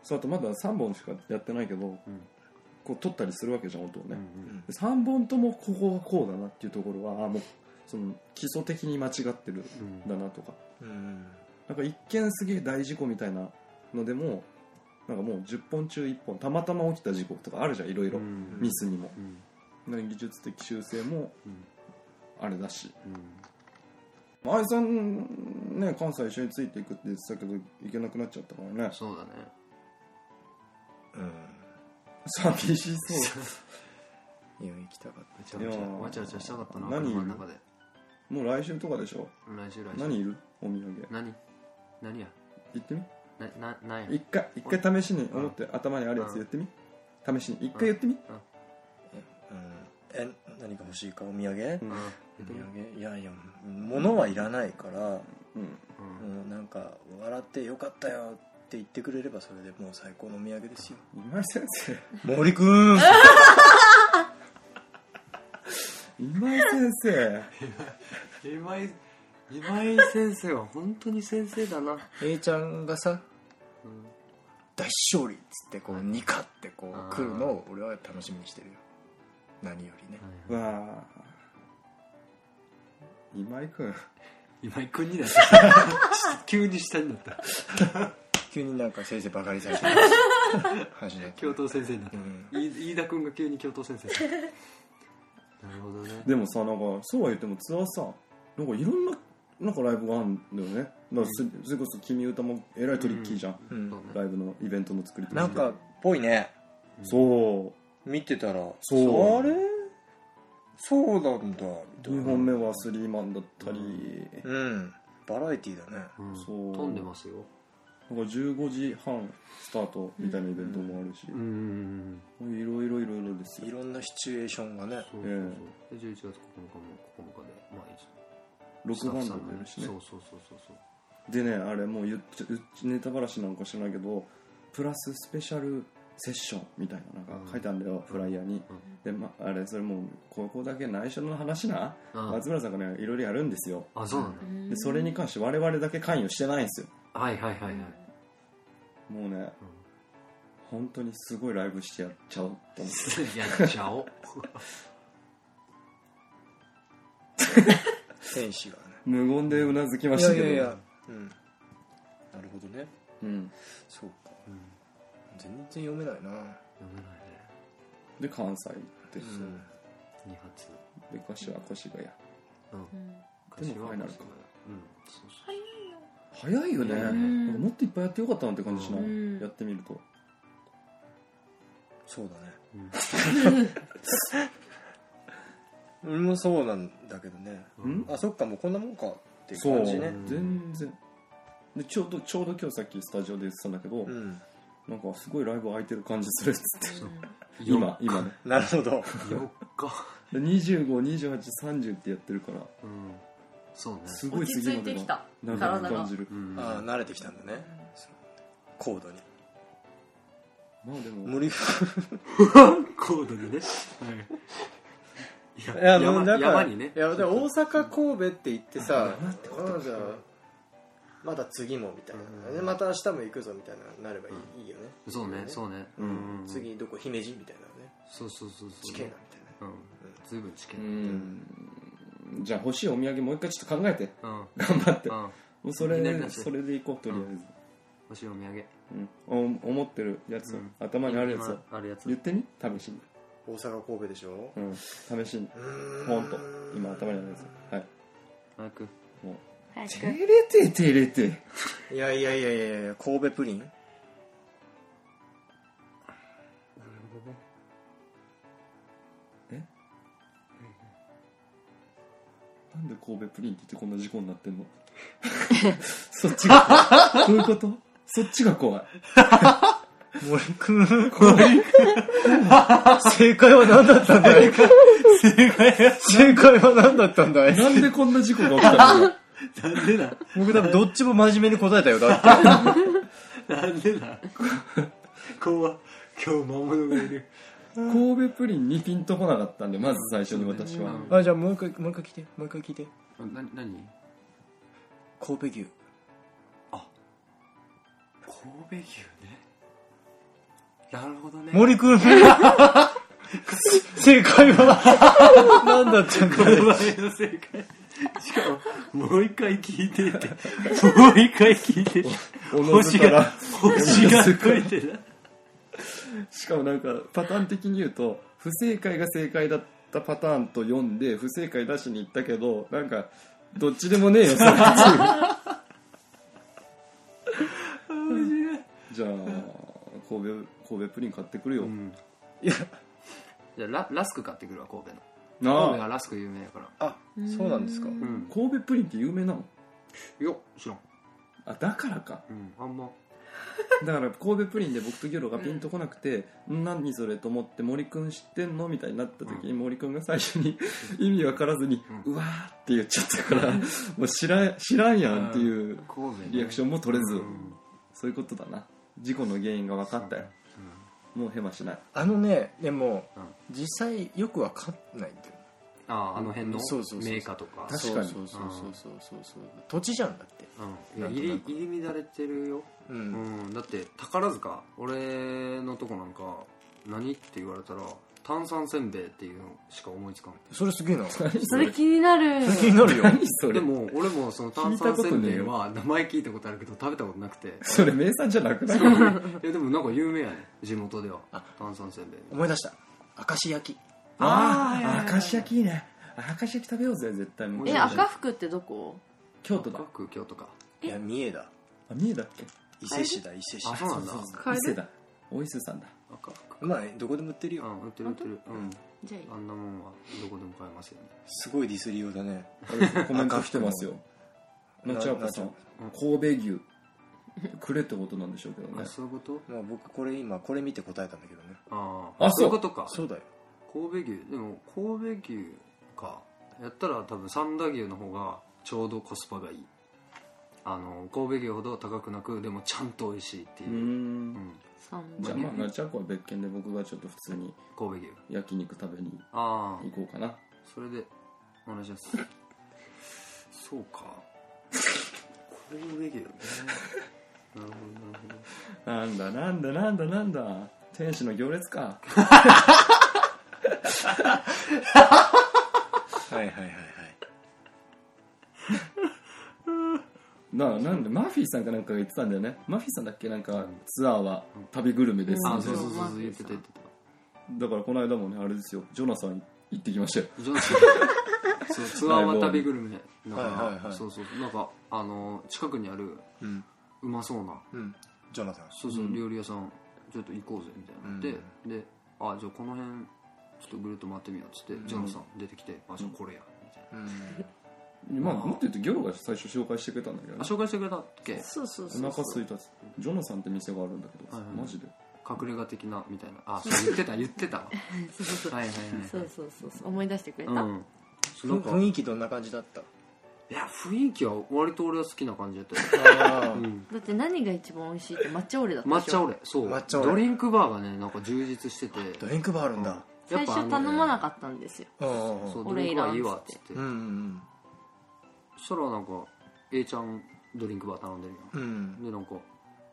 Speaker 2: そうあとまだ3本しかやってないけど、
Speaker 3: うん
Speaker 2: こう取ったりするわけじゃん音を
Speaker 3: う
Speaker 2: ね、
Speaker 3: ん
Speaker 2: 3本ともここがこうだなっていうところはあもうその基礎的に間違ってる
Speaker 3: うん
Speaker 2: んだなとか
Speaker 1: うん
Speaker 2: なんか一見すげえ大事故みたいなのでもなんかもう10本中1本たまたま起きた事故とかあるじゃんいろいろ、
Speaker 3: うん
Speaker 2: ミスにも
Speaker 3: うん
Speaker 2: なんか技術的修正も
Speaker 3: うん
Speaker 2: あれだし
Speaker 3: うん
Speaker 2: あいさんね関西一緒についていくって言ってたけど行けなくなっちゃったからね
Speaker 3: そうだね
Speaker 2: 寂しそう
Speaker 1: いや行きたかった
Speaker 3: わちゃわち
Speaker 2: い
Speaker 3: ゃ
Speaker 2: やー
Speaker 3: わちゃわちゃしたかったな
Speaker 2: 何
Speaker 3: 車の中で
Speaker 2: もう来週とかでしょ
Speaker 3: 来週来週
Speaker 2: 何いるお土産
Speaker 3: 何何や
Speaker 2: 行ってみ
Speaker 3: なななんや
Speaker 2: 一回一回試しに思って頭にあるやつ言ってみ試しに一回言ってみ
Speaker 6: え何か欲しいかお土産、
Speaker 2: うん
Speaker 6: お土産いやいや物はいらないから、
Speaker 2: うん
Speaker 3: うん
Speaker 6: もうなんか笑ってよかったよって言ってくれればそれでもう最高のお土産 ですよ
Speaker 2: 今井先生
Speaker 6: 森くん
Speaker 2: 今井先生
Speaker 3: 今井今井先生は本当に先生だな
Speaker 1: A ちゃんがさ大勝利っつってこうニカってこ
Speaker 3: あー
Speaker 1: う来るのを俺は楽しみにしてるよ何よりね
Speaker 2: わあ今井君
Speaker 3: 今井君に だった急に下になった
Speaker 1: 急になんか先生バカにされて 話だ
Speaker 3: 教頭先生になった
Speaker 1: うん
Speaker 3: 飯田君が急に教頭先生 になったなるほどね
Speaker 2: でもさなんかそうは言ってもツアーさなんかいろんななんかライブがあるんだよねだからそそれこそ「君歌」もえらいトリッキーじゃん、
Speaker 1: うん
Speaker 3: そうね
Speaker 2: ライブのイベントの作りと
Speaker 6: なんかっぽいね
Speaker 2: そう
Speaker 6: 見てたら
Speaker 2: そう
Speaker 6: あれそうなんだみたいな
Speaker 2: 2本目はスリーマンだったり、
Speaker 6: うんバラエティーだね
Speaker 3: うん
Speaker 2: そう
Speaker 3: 飛んでますよ
Speaker 2: なんか15時半スタートみたいなイベントもあるし、
Speaker 3: ん
Speaker 2: いろいろいろいろです
Speaker 6: い
Speaker 2: よ
Speaker 6: ろんなシチュエーションがね
Speaker 3: そうそうそうで11月9日も9日でまあいい
Speaker 2: 6バンド
Speaker 3: の
Speaker 2: もいるしね
Speaker 3: そうそうそうそうそう
Speaker 2: でねあれもう言っちゃうちネタばらしなんか知らないけどプラススペシャルセッションみたいななんか書いてあるんだよ、フライヤーに、で、ま、あれそれもうここだけ内緒の話な、
Speaker 3: あ
Speaker 2: 松村さんがねいろいろやるんですよ
Speaker 3: あそうなんだ
Speaker 2: でそれに関して我々だけ関与してないんですよ
Speaker 3: はいはい はいはい
Speaker 2: もうね、本当にすごいライブしてやっちゃおうと思って
Speaker 3: やっちゃおう
Speaker 6: 天使がね
Speaker 2: 無言でうなずきま
Speaker 1: い
Speaker 2: した
Speaker 1: や
Speaker 2: け
Speaker 1: い
Speaker 2: ど
Speaker 1: やいや
Speaker 6: うんなるほどね
Speaker 2: うん、
Speaker 6: そうか
Speaker 1: 全然読めないな
Speaker 3: 読めないね
Speaker 2: で関西行って、
Speaker 3: 2発
Speaker 2: で柏越谷
Speaker 3: うん
Speaker 2: でもファイナルか
Speaker 3: うんそうそう
Speaker 2: 早いよね、
Speaker 4: ん
Speaker 2: なんかもっといっぱいやってよかったなって感じしない、
Speaker 4: うん
Speaker 2: やってみると
Speaker 6: そうだね俺もそうなんだけどね
Speaker 2: うん
Speaker 6: あそっかもうこんなもんかっていう
Speaker 2: そう
Speaker 6: 感じね
Speaker 2: 全然でちょうどちょうど今日さっきスタジオで言ってたんだけど、
Speaker 6: うん。
Speaker 2: なんかすごいライブ空いてる感じするっつって
Speaker 3: よ
Speaker 2: 今今ね
Speaker 6: なるほど。
Speaker 3: 4日
Speaker 2: で252830ってやってるから
Speaker 3: うんそうね
Speaker 2: すごい
Speaker 4: 落ち
Speaker 2: 次
Speaker 4: 着い
Speaker 2: まで
Speaker 4: てきた
Speaker 2: 長
Speaker 4: 体
Speaker 2: く
Speaker 4: が
Speaker 2: 感じる
Speaker 3: うん
Speaker 1: ああ慣れてきたんだね高度に
Speaker 2: まあでも
Speaker 1: 無理
Speaker 3: コードにねはい
Speaker 6: い
Speaker 3: や
Speaker 6: や、も
Speaker 3: 山
Speaker 6: うだから、
Speaker 3: 山にね
Speaker 1: いやだから大阪神戸って言ってさまだまだ次もみたいな、でまた明日も行くぞみたいななればいい,、よね
Speaker 3: そうねそうねうんうんうん
Speaker 1: 次どこ姫路みたいなね
Speaker 3: そうそうそうそう
Speaker 1: 地形なみたいな
Speaker 3: うんずいぶん地形
Speaker 2: うんじゃあ欲しいお土産もう一回ちょっと考えて
Speaker 3: うんうん
Speaker 2: 頑張ってもうそ
Speaker 3: いきなりな
Speaker 2: れ
Speaker 3: し
Speaker 2: それで行こうとりあえ
Speaker 3: 欲しいお土産
Speaker 2: ず、うんお思ってるやつを、
Speaker 3: うん
Speaker 2: 頭にあるやつを
Speaker 3: 今あるやつ
Speaker 2: 言ってみ試しに、
Speaker 1: 大阪神戸でしょ
Speaker 2: うん、試しに
Speaker 1: う
Speaker 2: ポンと今頭にあるやつはい
Speaker 3: 早く
Speaker 2: もう
Speaker 4: 早く
Speaker 2: 照れて照れて
Speaker 1: いやいやいやいやいや神戸プリン
Speaker 2: なんで神戸プリンって言ってこんな事故になって んのそっちが怖いそういうことそっち が怖い
Speaker 1: 森くん正解は何だったんだい正解正解は何だったんだい
Speaker 2: なんでこんな事故が起きたの
Speaker 3: なんでだ
Speaker 1: 僕多分どっちも真面目に答えたよだって
Speaker 3: なんでだ今日は今日魔物がいる
Speaker 2: 神戸プリンにピンとこなかったんでまず最初に私は、
Speaker 3: うん
Speaker 1: あじゃあもう一回もう一回聞いてもう一回聞いて
Speaker 3: な何
Speaker 1: 神戸牛
Speaker 3: 神戸牛ねなるほどね
Speaker 1: 森くん正解は何だったん
Speaker 3: こ
Speaker 1: だい
Speaker 3: の場合の正解しかももう一回聞いてってもう一回聞いて
Speaker 2: おのず
Speaker 3: 星
Speaker 2: から
Speaker 3: が星が増えてる
Speaker 2: しかもなんかパターン的に言うと不正解が正解だったパターンと読んで不正解出しに行ったけどなんかどっちでもねえ よそれっていうじゃあ神戸神戸プリン買ってくるよ、
Speaker 3: うん
Speaker 1: や
Speaker 3: じゃあララスク買ってくるわ神戸の
Speaker 2: なあ
Speaker 3: 神戸がラスク有名やから
Speaker 1: あそうなんですか
Speaker 3: うん
Speaker 2: 神戸プリンって有名なの
Speaker 3: よっ知らん
Speaker 2: あだからか
Speaker 3: うんあんま
Speaker 2: だから神戸プリンで僕とギョロがピンとこなくて「ん何それ?」と思って「森くん知ってんの?」みたいになった時に森くんが最初に 意味わからずに「うわー」って言っちゃったからもう知らん知らんやんっていう
Speaker 3: 神戸ね
Speaker 2: リアクションも取れず
Speaker 3: うん
Speaker 2: そういうことだな事故の原因が分かったよもうヘマしない
Speaker 1: あのねでも
Speaker 3: うん
Speaker 1: 実際よくわかんないんだよ
Speaker 3: あああの辺のメ
Speaker 1: そうそうそう
Speaker 3: ーカーとか
Speaker 2: 確かに
Speaker 1: そうそうそうそうそうそう土地じゃんだって
Speaker 3: うんいや入り入り乱れてるよ
Speaker 1: う
Speaker 3: うんんだって宝塚俺のとこなんか何って言われたら炭酸せんべいっていうのしか思いつかん
Speaker 1: それすげえな気
Speaker 4: それ気になる
Speaker 1: になるよ
Speaker 2: 何それ
Speaker 3: でも俺もその炭酸せんべいは名前聞いたことあるけど食べたことなくて
Speaker 2: それ名産じゃなくなる
Speaker 3: いやでもなんか有名やね地元では炭酸せんべい
Speaker 1: 思い出した明石焼き
Speaker 2: ああ明石焼きいいねあ明石焼き食べようぜ絶対もう
Speaker 4: え赤服ってどこ
Speaker 2: 京都だ
Speaker 3: 各空京とか
Speaker 1: いや三重だ
Speaker 2: あ三重だっけ
Speaker 1: 伊勢市だ伊勢市
Speaker 3: あそうなんだ
Speaker 4: 買
Speaker 2: 伊
Speaker 4: え
Speaker 2: 勢
Speaker 4: る
Speaker 2: だお伊勢さんだ
Speaker 3: 赤福
Speaker 1: まあどこでも売ってる
Speaker 3: う
Speaker 1: よ
Speaker 3: ん売ってる売ってるうん
Speaker 4: じゃあいい
Speaker 3: あんなもんはどこでも買えますよね
Speaker 1: すごいディスりようだ ね
Speaker 2: コメント来てますよ。なちゃおこさん、神戸牛、くれってことなんでしょうけど
Speaker 3: あ
Speaker 2: ね。
Speaker 3: そういうこと
Speaker 1: まあ僕これ今これ見て答えたんだけどね
Speaker 3: あ
Speaker 2: あ
Speaker 3: あ
Speaker 2: そう
Speaker 3: そういうことか
Speaker 1: そうだよ
Speaker 3: 神戸牛でも神戸牛かやったら多分三田牛の方がちょうどコスパがいいあの神戸牛ほど高くなくでもちゃんと美味しいっていうう、
Speaker 2: ー。
Speaker 3: うんん
Speaker 4: 三
Speaker 2: じゃあ
Speaker 4: 番
Speaker 2: まあ、なちゃおこは別件で僕がちょっと普通に
Speaker 3: 神戸牛
Speaker 2: 焼肉食べに
Speaker 3: ああ
Speaker 2: 行こうかな。
Speaker 3: それでお願いします そうか神戸牛ねなるほどなる
Speaker 2: なんだなんだなんだなんだ。天使の行列か。
Speaker 1: はいはいはいはい
Speaker 2: ななんで、マフィーさんかなんかが言ってたんだよね。マフィーさんだっけなんか、ツアーは旅グルメです。
Speaker 3: ほど
Speaker 4: ん
Speaker 3: あそうそうそう
Speaker 4: う
Speaker 3: そ
Speaker 4: ん
Speaker 3: う言ってた言って
Speaker 2: だからこの間もね、あれですよ、ジョナさん行ってきましたよ。
Speaker 3: たジョンソンそうツアーは旅グルメだから、
Speaker 1: はいはいはい
Speaker 3: そうそうなんかあの近くにある
Speaker 1: うん
Speaker 3: うまそうな
Speaker 1: うんジョナサン
Speaker 3: そうそう、料理屋さんちょっと行こうぜみたいな、でであじゃあこの辺ちょっとぐるっと回ってみようっつって、ジャムさん出てきてあじゃあこれやみたいな、
Speaker 2: まあ、もっと言うとギョロが最初紹介してくれたんだけど、
Speaker 3: あ紹介してくれたっけ
Speaker 4: そうそう
Speaker 2: お
Speaker 4: そう
Speaker 2: 腹
Speaker 4: そ
Speaker 2: す
Speaker 4: う
Speaker 2: いたっつってジョナサンって店があるんだけど、
Speaker 3: はいはい
Speaker 2: マジで
Speaker 3: 隠れ家的なみたいなあそう言ってた言って たはい
Speaker 4: そうそうそう
Speaker 3: はいはい
Speaker 4: そうそうそうそう思い出してくれた、
Speaker 3: うん
Speaker 1: ふ
Speaker 3: なんか
Speaker 1: 雰囲気どんな感じだった
Speaker 3: いや雰囲気は割と俺は好きな感じだったよ
Speaker 1: あ
Speaker 3: うん
Speaker 4: だって何が一番美味しいって抹茶オレだったでしょ
Speaker 3: 抹茶オレそう
Speaker 1: 抹茶オレ
Speaker 3: ドリンクバーがねなんか充実してて
Speaker 1: ドリンクバーあるんだ
Speaker 4: 最初頼まなか
Speaker 3: っ
Speaker 4: ったんですよ
Speaker 1: うんうん
Speaker 3: そう
Speaker 4: オ
Speaker 3: ド
Speaker 4: レ
Speaker 3: リン
Speaker 4: い
Speaker 3: クバ
Speaker 4: らん
Speaker 3: ーいいわっつって
Speaker 1: うんうん
Speaker 3: そしたらなんか A ちゃんドリンクバー頼んでる
Speaker 1: うんう
Speaker 3: や
Speaker 1: ん
Speaker 3: んでなんか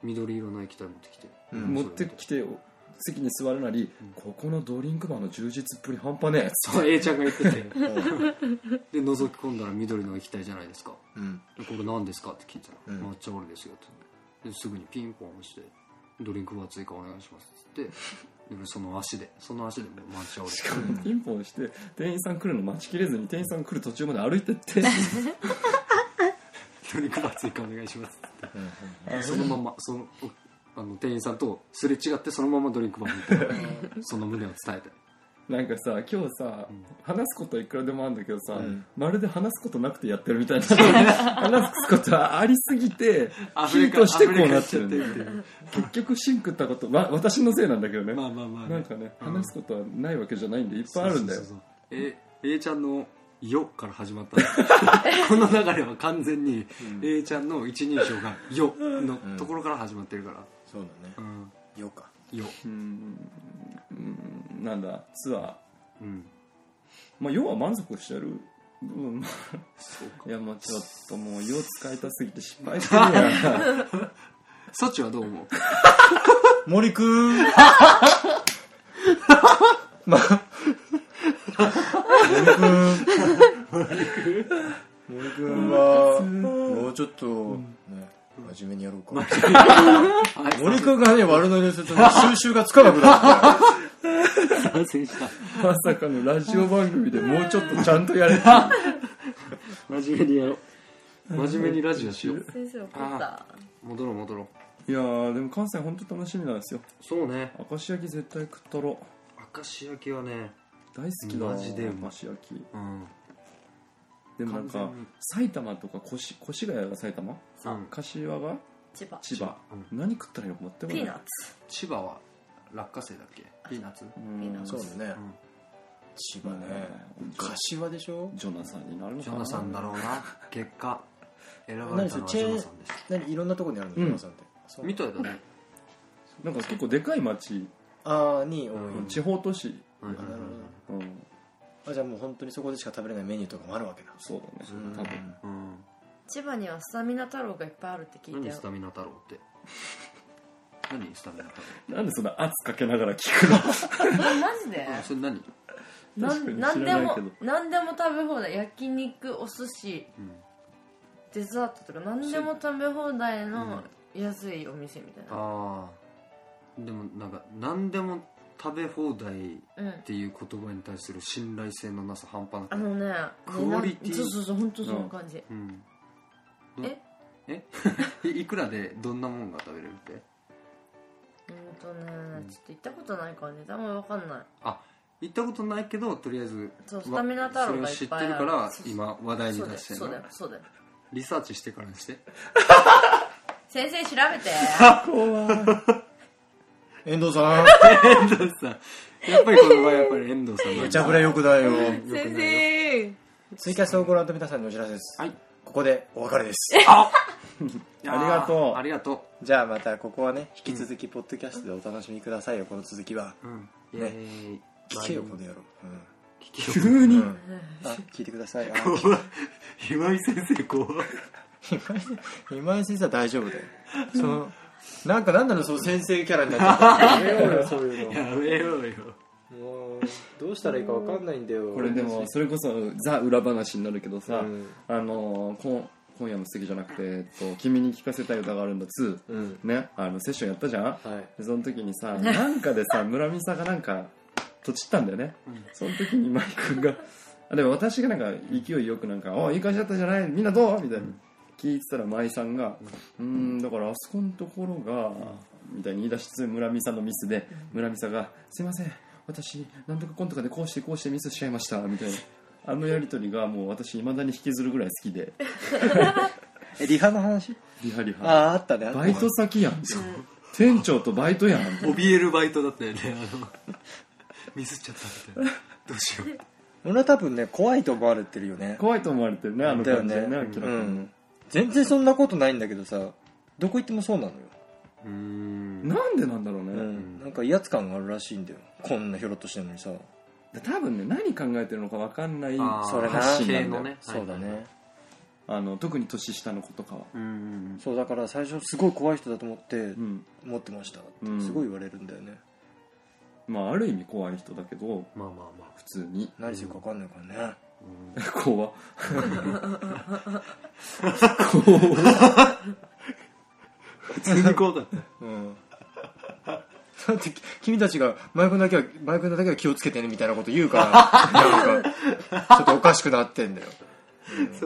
Speaker 3: 緑色の液体持ってきて、
Speaker 1: うん
Speaker 2: 持ってきてよ席に座るなり、ここのドリンクバーの充実っぷり半端ねえっつって
Speaker 3: そう A ちゃんが言っててで
Speaker 1: うん
Speaker 3: 覗き込んだら緑の液体じゃないですか
Speaker 1: うん
Speaker 3: でこれ何ですかって聞いたら、
Speaker 1: うん
Speaker 3: 抹茶オレですよってですぐにピンポン押してドリンクバー追加お願いしますっつってで俺その足でその足でもう抹茶オレし
Speaker 2: ピンポンして店員さん来るの待ちきれずに店員さん来る途中まで歩いてって
Speaker 3: ドリンクバー追加お願いしますっつってそのままそのおあの店員さんとすれ違ってそのままドリンクバー持ってその胸を伝えて
Speaker 2: なんかさ今日さ、話すことはいくらでもあるんだけどさ、
Speaker 1: ん
Speaker 2: まるで話すことなくてやってるみた いな話すことありすぎてヒートしてこうなってるんだよ
Speaker 3: アフリカ行っちゃって
Speaker 2: 結局シン食ったこと、わ私のせいなんだけどね、
Speaker 3: まあまあまあ、
Speaker 2: なんかね、
Speaker 3: うん
Speaker 2: 話すことはないわけじゃないんでいっぱいあるんだよ
Speaker 3: そうそうそうそうえ A ちゃんの「よ」から始 まったんだこの流れは完全に A ちゃんの一人称が「よ」のところから始まってるから
Speaker 1: そうだね
Speaker 3: 「うん、
Speaker 1: よか
Speaker 3: よ
Speaker 2: うんうんなんだツアー、」
Speaker 3: うん
Speaker 2: まあ、要は満足してる部分も
Speaker 3: そうか
Speaker 2: いやもうちょっともう用使いたすぎて失敗し てるやん
Speaker 3: そっちはどう思う
Speaker 1: 森くんまあ森くん森くんはもうちょっとね真面目にやろうか森くんがね悪乗りをするとね収集がつかなくなるから
Speaker 3: 参戦した
Speaker 2: まさかのラジオ番組でもうちょっとちゃんとやれって
Speaker 3: 真面目にやろう真面目にラジオしよう
Speaker 4: 先生怒った
Speaker 3: 戻ろう戻ろう
Speaker 2: いやーでも関西本当楽しみなんですよ
Speaker 3: そうね
Speaker 2: 明石焼き絶対食ったろ
Speaker 3: 明石焼きはね
Speaker 2: 大好きだわ
Speaker 3: マジでうまい
Speaker 2: 明石焼き
Speaker 3: うん
Speaker 2: でもなん
Speaker 3: 完
Speaker 2: か
Speaker 3: 全に
Speaker 2: 埼玉とか越越谷が埼玉
Speaker 3: うん
Speaker 2: 柏が
Speaker 4: 千葉
Speaker 2: 千葉、
Speaker 3: う
Speaker 2: 何食ったらいいのか全く
Speaker 4: ピー
Speaker 2: 分
Speaker 4: ナッ
Speaker 2: かんない
Speaker 4: ツ
Speaker 3: 千葉は落花生だっけピーナッツ
Speaker 2: うん
Speaker 4: ピーナッツ
Speaker 1: そうだね
Speaker 3: ん
Speaker 1: 千葉ね柏でしょ
Speaker 2: ジョナサンになるの
Speaker 3: ジ
Speaker 2: か
Speaker 3: ョ
Speaker 2: な
Speaker 3: ナサンだろうな結果選ばれ
Speaker 1: 何
Speaker 3: た
Speaker 1: そ
Speaker 3: の
Speaker 1: れ
Speaker 3: は
Speaker 1: チ
Speaker 3: ジ
Speaker 1: ェ
Speaker 3: ョナ
Speaker 1: ーン
Speaker 3: サンでした
Speaker 1: 何いろんなとこにあるの
Speaker 2: うん
Speaker 1: ジョナサンってそう
Speaker 3: みたいだね
Speaker 2: なんか結構でかい町、
Speaker 1: ああに多い
Speaker 3: うん
Speaker 2: 地方都市、
Speaker 3: うんうん
Speaker 1: あなるほ
Speaker 2: うん、
Speaker 1: どあじゃあもう本当にそこでしか食べれないメニューとかもあるわけだ
Speaker 2: そうだね
Speaker 1: うん
Speaker 2: 多分
Speaker 3: うん
Speaker 4: 千葉にはスタミナ太郎がいっぱいあるって聞いた
Speaker 3: 何
Speaker 4: よ
Speaker 3: スタミナ太郎って何スタミナ太
Speaker 2: なんでそんな圧かけながら聞 くの
Speaker 4: えマジで
Speaker 3: 郎それ何
Speaker 4: な
Speaker 2: 確か
Speaker 4: ん
Speaker 2: に
Speaker 4: な
Speaker 2: 知
Speaker 4: んで
Speaker 2: らない
Speaker 4: も
Speaker 2: けど
Speaker 4: 何でも食べ放題焼肉お寿司
Speaker 3: うん
Speaker 4: デザートとか何でも食べ放題の安いお店みたいな
Speaker 3: ああでもなんか何でも食べ放題っ
Speaker 4: うん
Speaker 3: ていう言葉に対する信頼性のなさ半端な
Speaker 4: あ
Speaker 3: くない
Speaker 4: のね
Speaker 3: クオリティ
Speaker 4: ねなそうそうそう本当その感じ
Speaker 3: うん
Speaker 4: え
Speaker 3: え いいくらでどんなもんが食べれるって
Speaker 4: うんとねちょっと行ったことないからね多分わかんない
Speaker 3: あ行ったことないけどとりあえず
Speaker 4: そう
Speaker 3: わ
Speaker 4: スタミナ太郎が
Speaker 3: それを
Speaker 4: いっぱいある
Speaker 3: 知ってるから
Speaker 4: そうそう
Speaker 3: 今話題
Speaker 4: そ
Speaker 3: に
Speaker 4: うだ
Speaker 3: 出
Speaker 4: よ
Speaker 3: してる
Speaker 4: そうだよ
Speaker 3: の
Speaker 4: そうだよ
Speaker 3: リサーチしてからにして
Speaker 4: 先生調べて
Speaker 1: 遠藤さん
Speaker 3: 遠藤さんやっぱりこの場合やっぱり遠藤さん
Speaker 1: めちゃぶれよくないよ
Speaker 4: 先生
Speaker 1: ツイキャスをご覧の皆さんにお知らせです、
Speaker 3: はい
Speaker 1: ここでお別れです
Speaker 3: あ
Speaker 2: ありがとう
Speaker 3: ーありがと
Speaker 1: じゃあまたここはね引き続きポッドキャストでお楽しみくださいよこの続きは
Speaker 3: ううんイ
Speaker 1: ね
Speaker 3: エーイ
Speaker 1: 聞けよこの野郎、
Speaker 3: 聞けよ
Speaker 2: 急
Speaker 1: うん
Speaker 2: に
Speaker 1: うんあ聞いてくださいあ
Speaker 3: 怖い今井先生怖い
Speaker 1: 今井先生は大丈夫だよそのなんかなんだろうその先生キャラになっちゃってやめようよそういう
Speaker 3: やめようよ
Speaker 1: のもうどうしたらいいかわかんないんだよ
Speaker 2: これでもそれこそザ裏話になるけどさ、
Speaker 1: うん
Speaker 2: あのーこん今夜も素敵じゃなくて、えっと、君に聞かせたい歌があるんだ2、
Speaker 1: うん
Speaker 2: ねあのセッションやったじゃん、
Speaker 1: はい
Speaker 2: でその時にさなんかでさ 村見さんがなんかとちったんだよね、その時にマイ君 があでも私がなんか勢いよくなんか「おいい感じだったじゃないみんなどう?」みたいな聞いてたら舞さんが「うーんだからあそこのところが」みたいに言い出して村見さんのミスで村見さんが「すいません私なんとかコンとかでこうしてこうしてミスしちゃいました」みたいなあのやり取りがもう私いまだに引きずるぐらい好きで
Speaker 1: えリハの話
Speaker 2: リハリ
Speaker 1: あ
Speaker 2: ハ
Speaker 1: ああったねあった
Speaker 2: バ
Speaker 1: ね
Speaker 2: イト先やん店長とバイトやん
Speaker 3: 怯えるバイトだったよねあのミスっちゃったみたいなどうしよう
Speaker 1: 俺は多分ね怖いと思われてるよね
Speaker 2: 怖いと思われてるねあの
Speaker 1: だよ
Speaker 2: 感
Speaker 1: ね
Speaker 2: じでね明ら
Speaker 1: う
Speaker 2: かに
Speaker 1: ん全然そんなことないんだけどさどこ行ってもそうなのよ、
Speaker 3: うーん
Speaker 2: なんでなんだろうね、
Speaker 1: うん、なんか威圧感があるらしいんだよこんなひょろっとしてるのにさ
Speaker 2: 多分ね何考えてるのか分かんない
Speaker 3: あー
Speaker 1: それな
Speaker 2: 発信な
Speaker 3: 系
Speaker 2: んだ
Speaker 3: の
Speaker 2: よ、
Speaker 3: ね
Speaker 1: そうだね
Speaker 2: あの特に年下の子とかは
Speaker 3: うん
Speaker 1: そうだから最初すごい怖い人だと思って
Speaker 2: うん
Speaker 1: 持ってましたって
Speaker 2: うん
Speaker 1: すごい言われるんだよね
Speaker 2: まあある意味怖い人だけど
Speaker 3: まあまあま
Speaker 2: 普通に
Speaker 1: 何するか分かんないからね
Speaker 3: あ、うん
Speaker 2: 怖
Speaker 3: 普通に怖 かった
Speaker 1: うん
Speaker 7: だってき君たちがマイクだけはマイクだけは気をつけてねみたいなこと言う からなんかちょっとおかしくなってんだよ、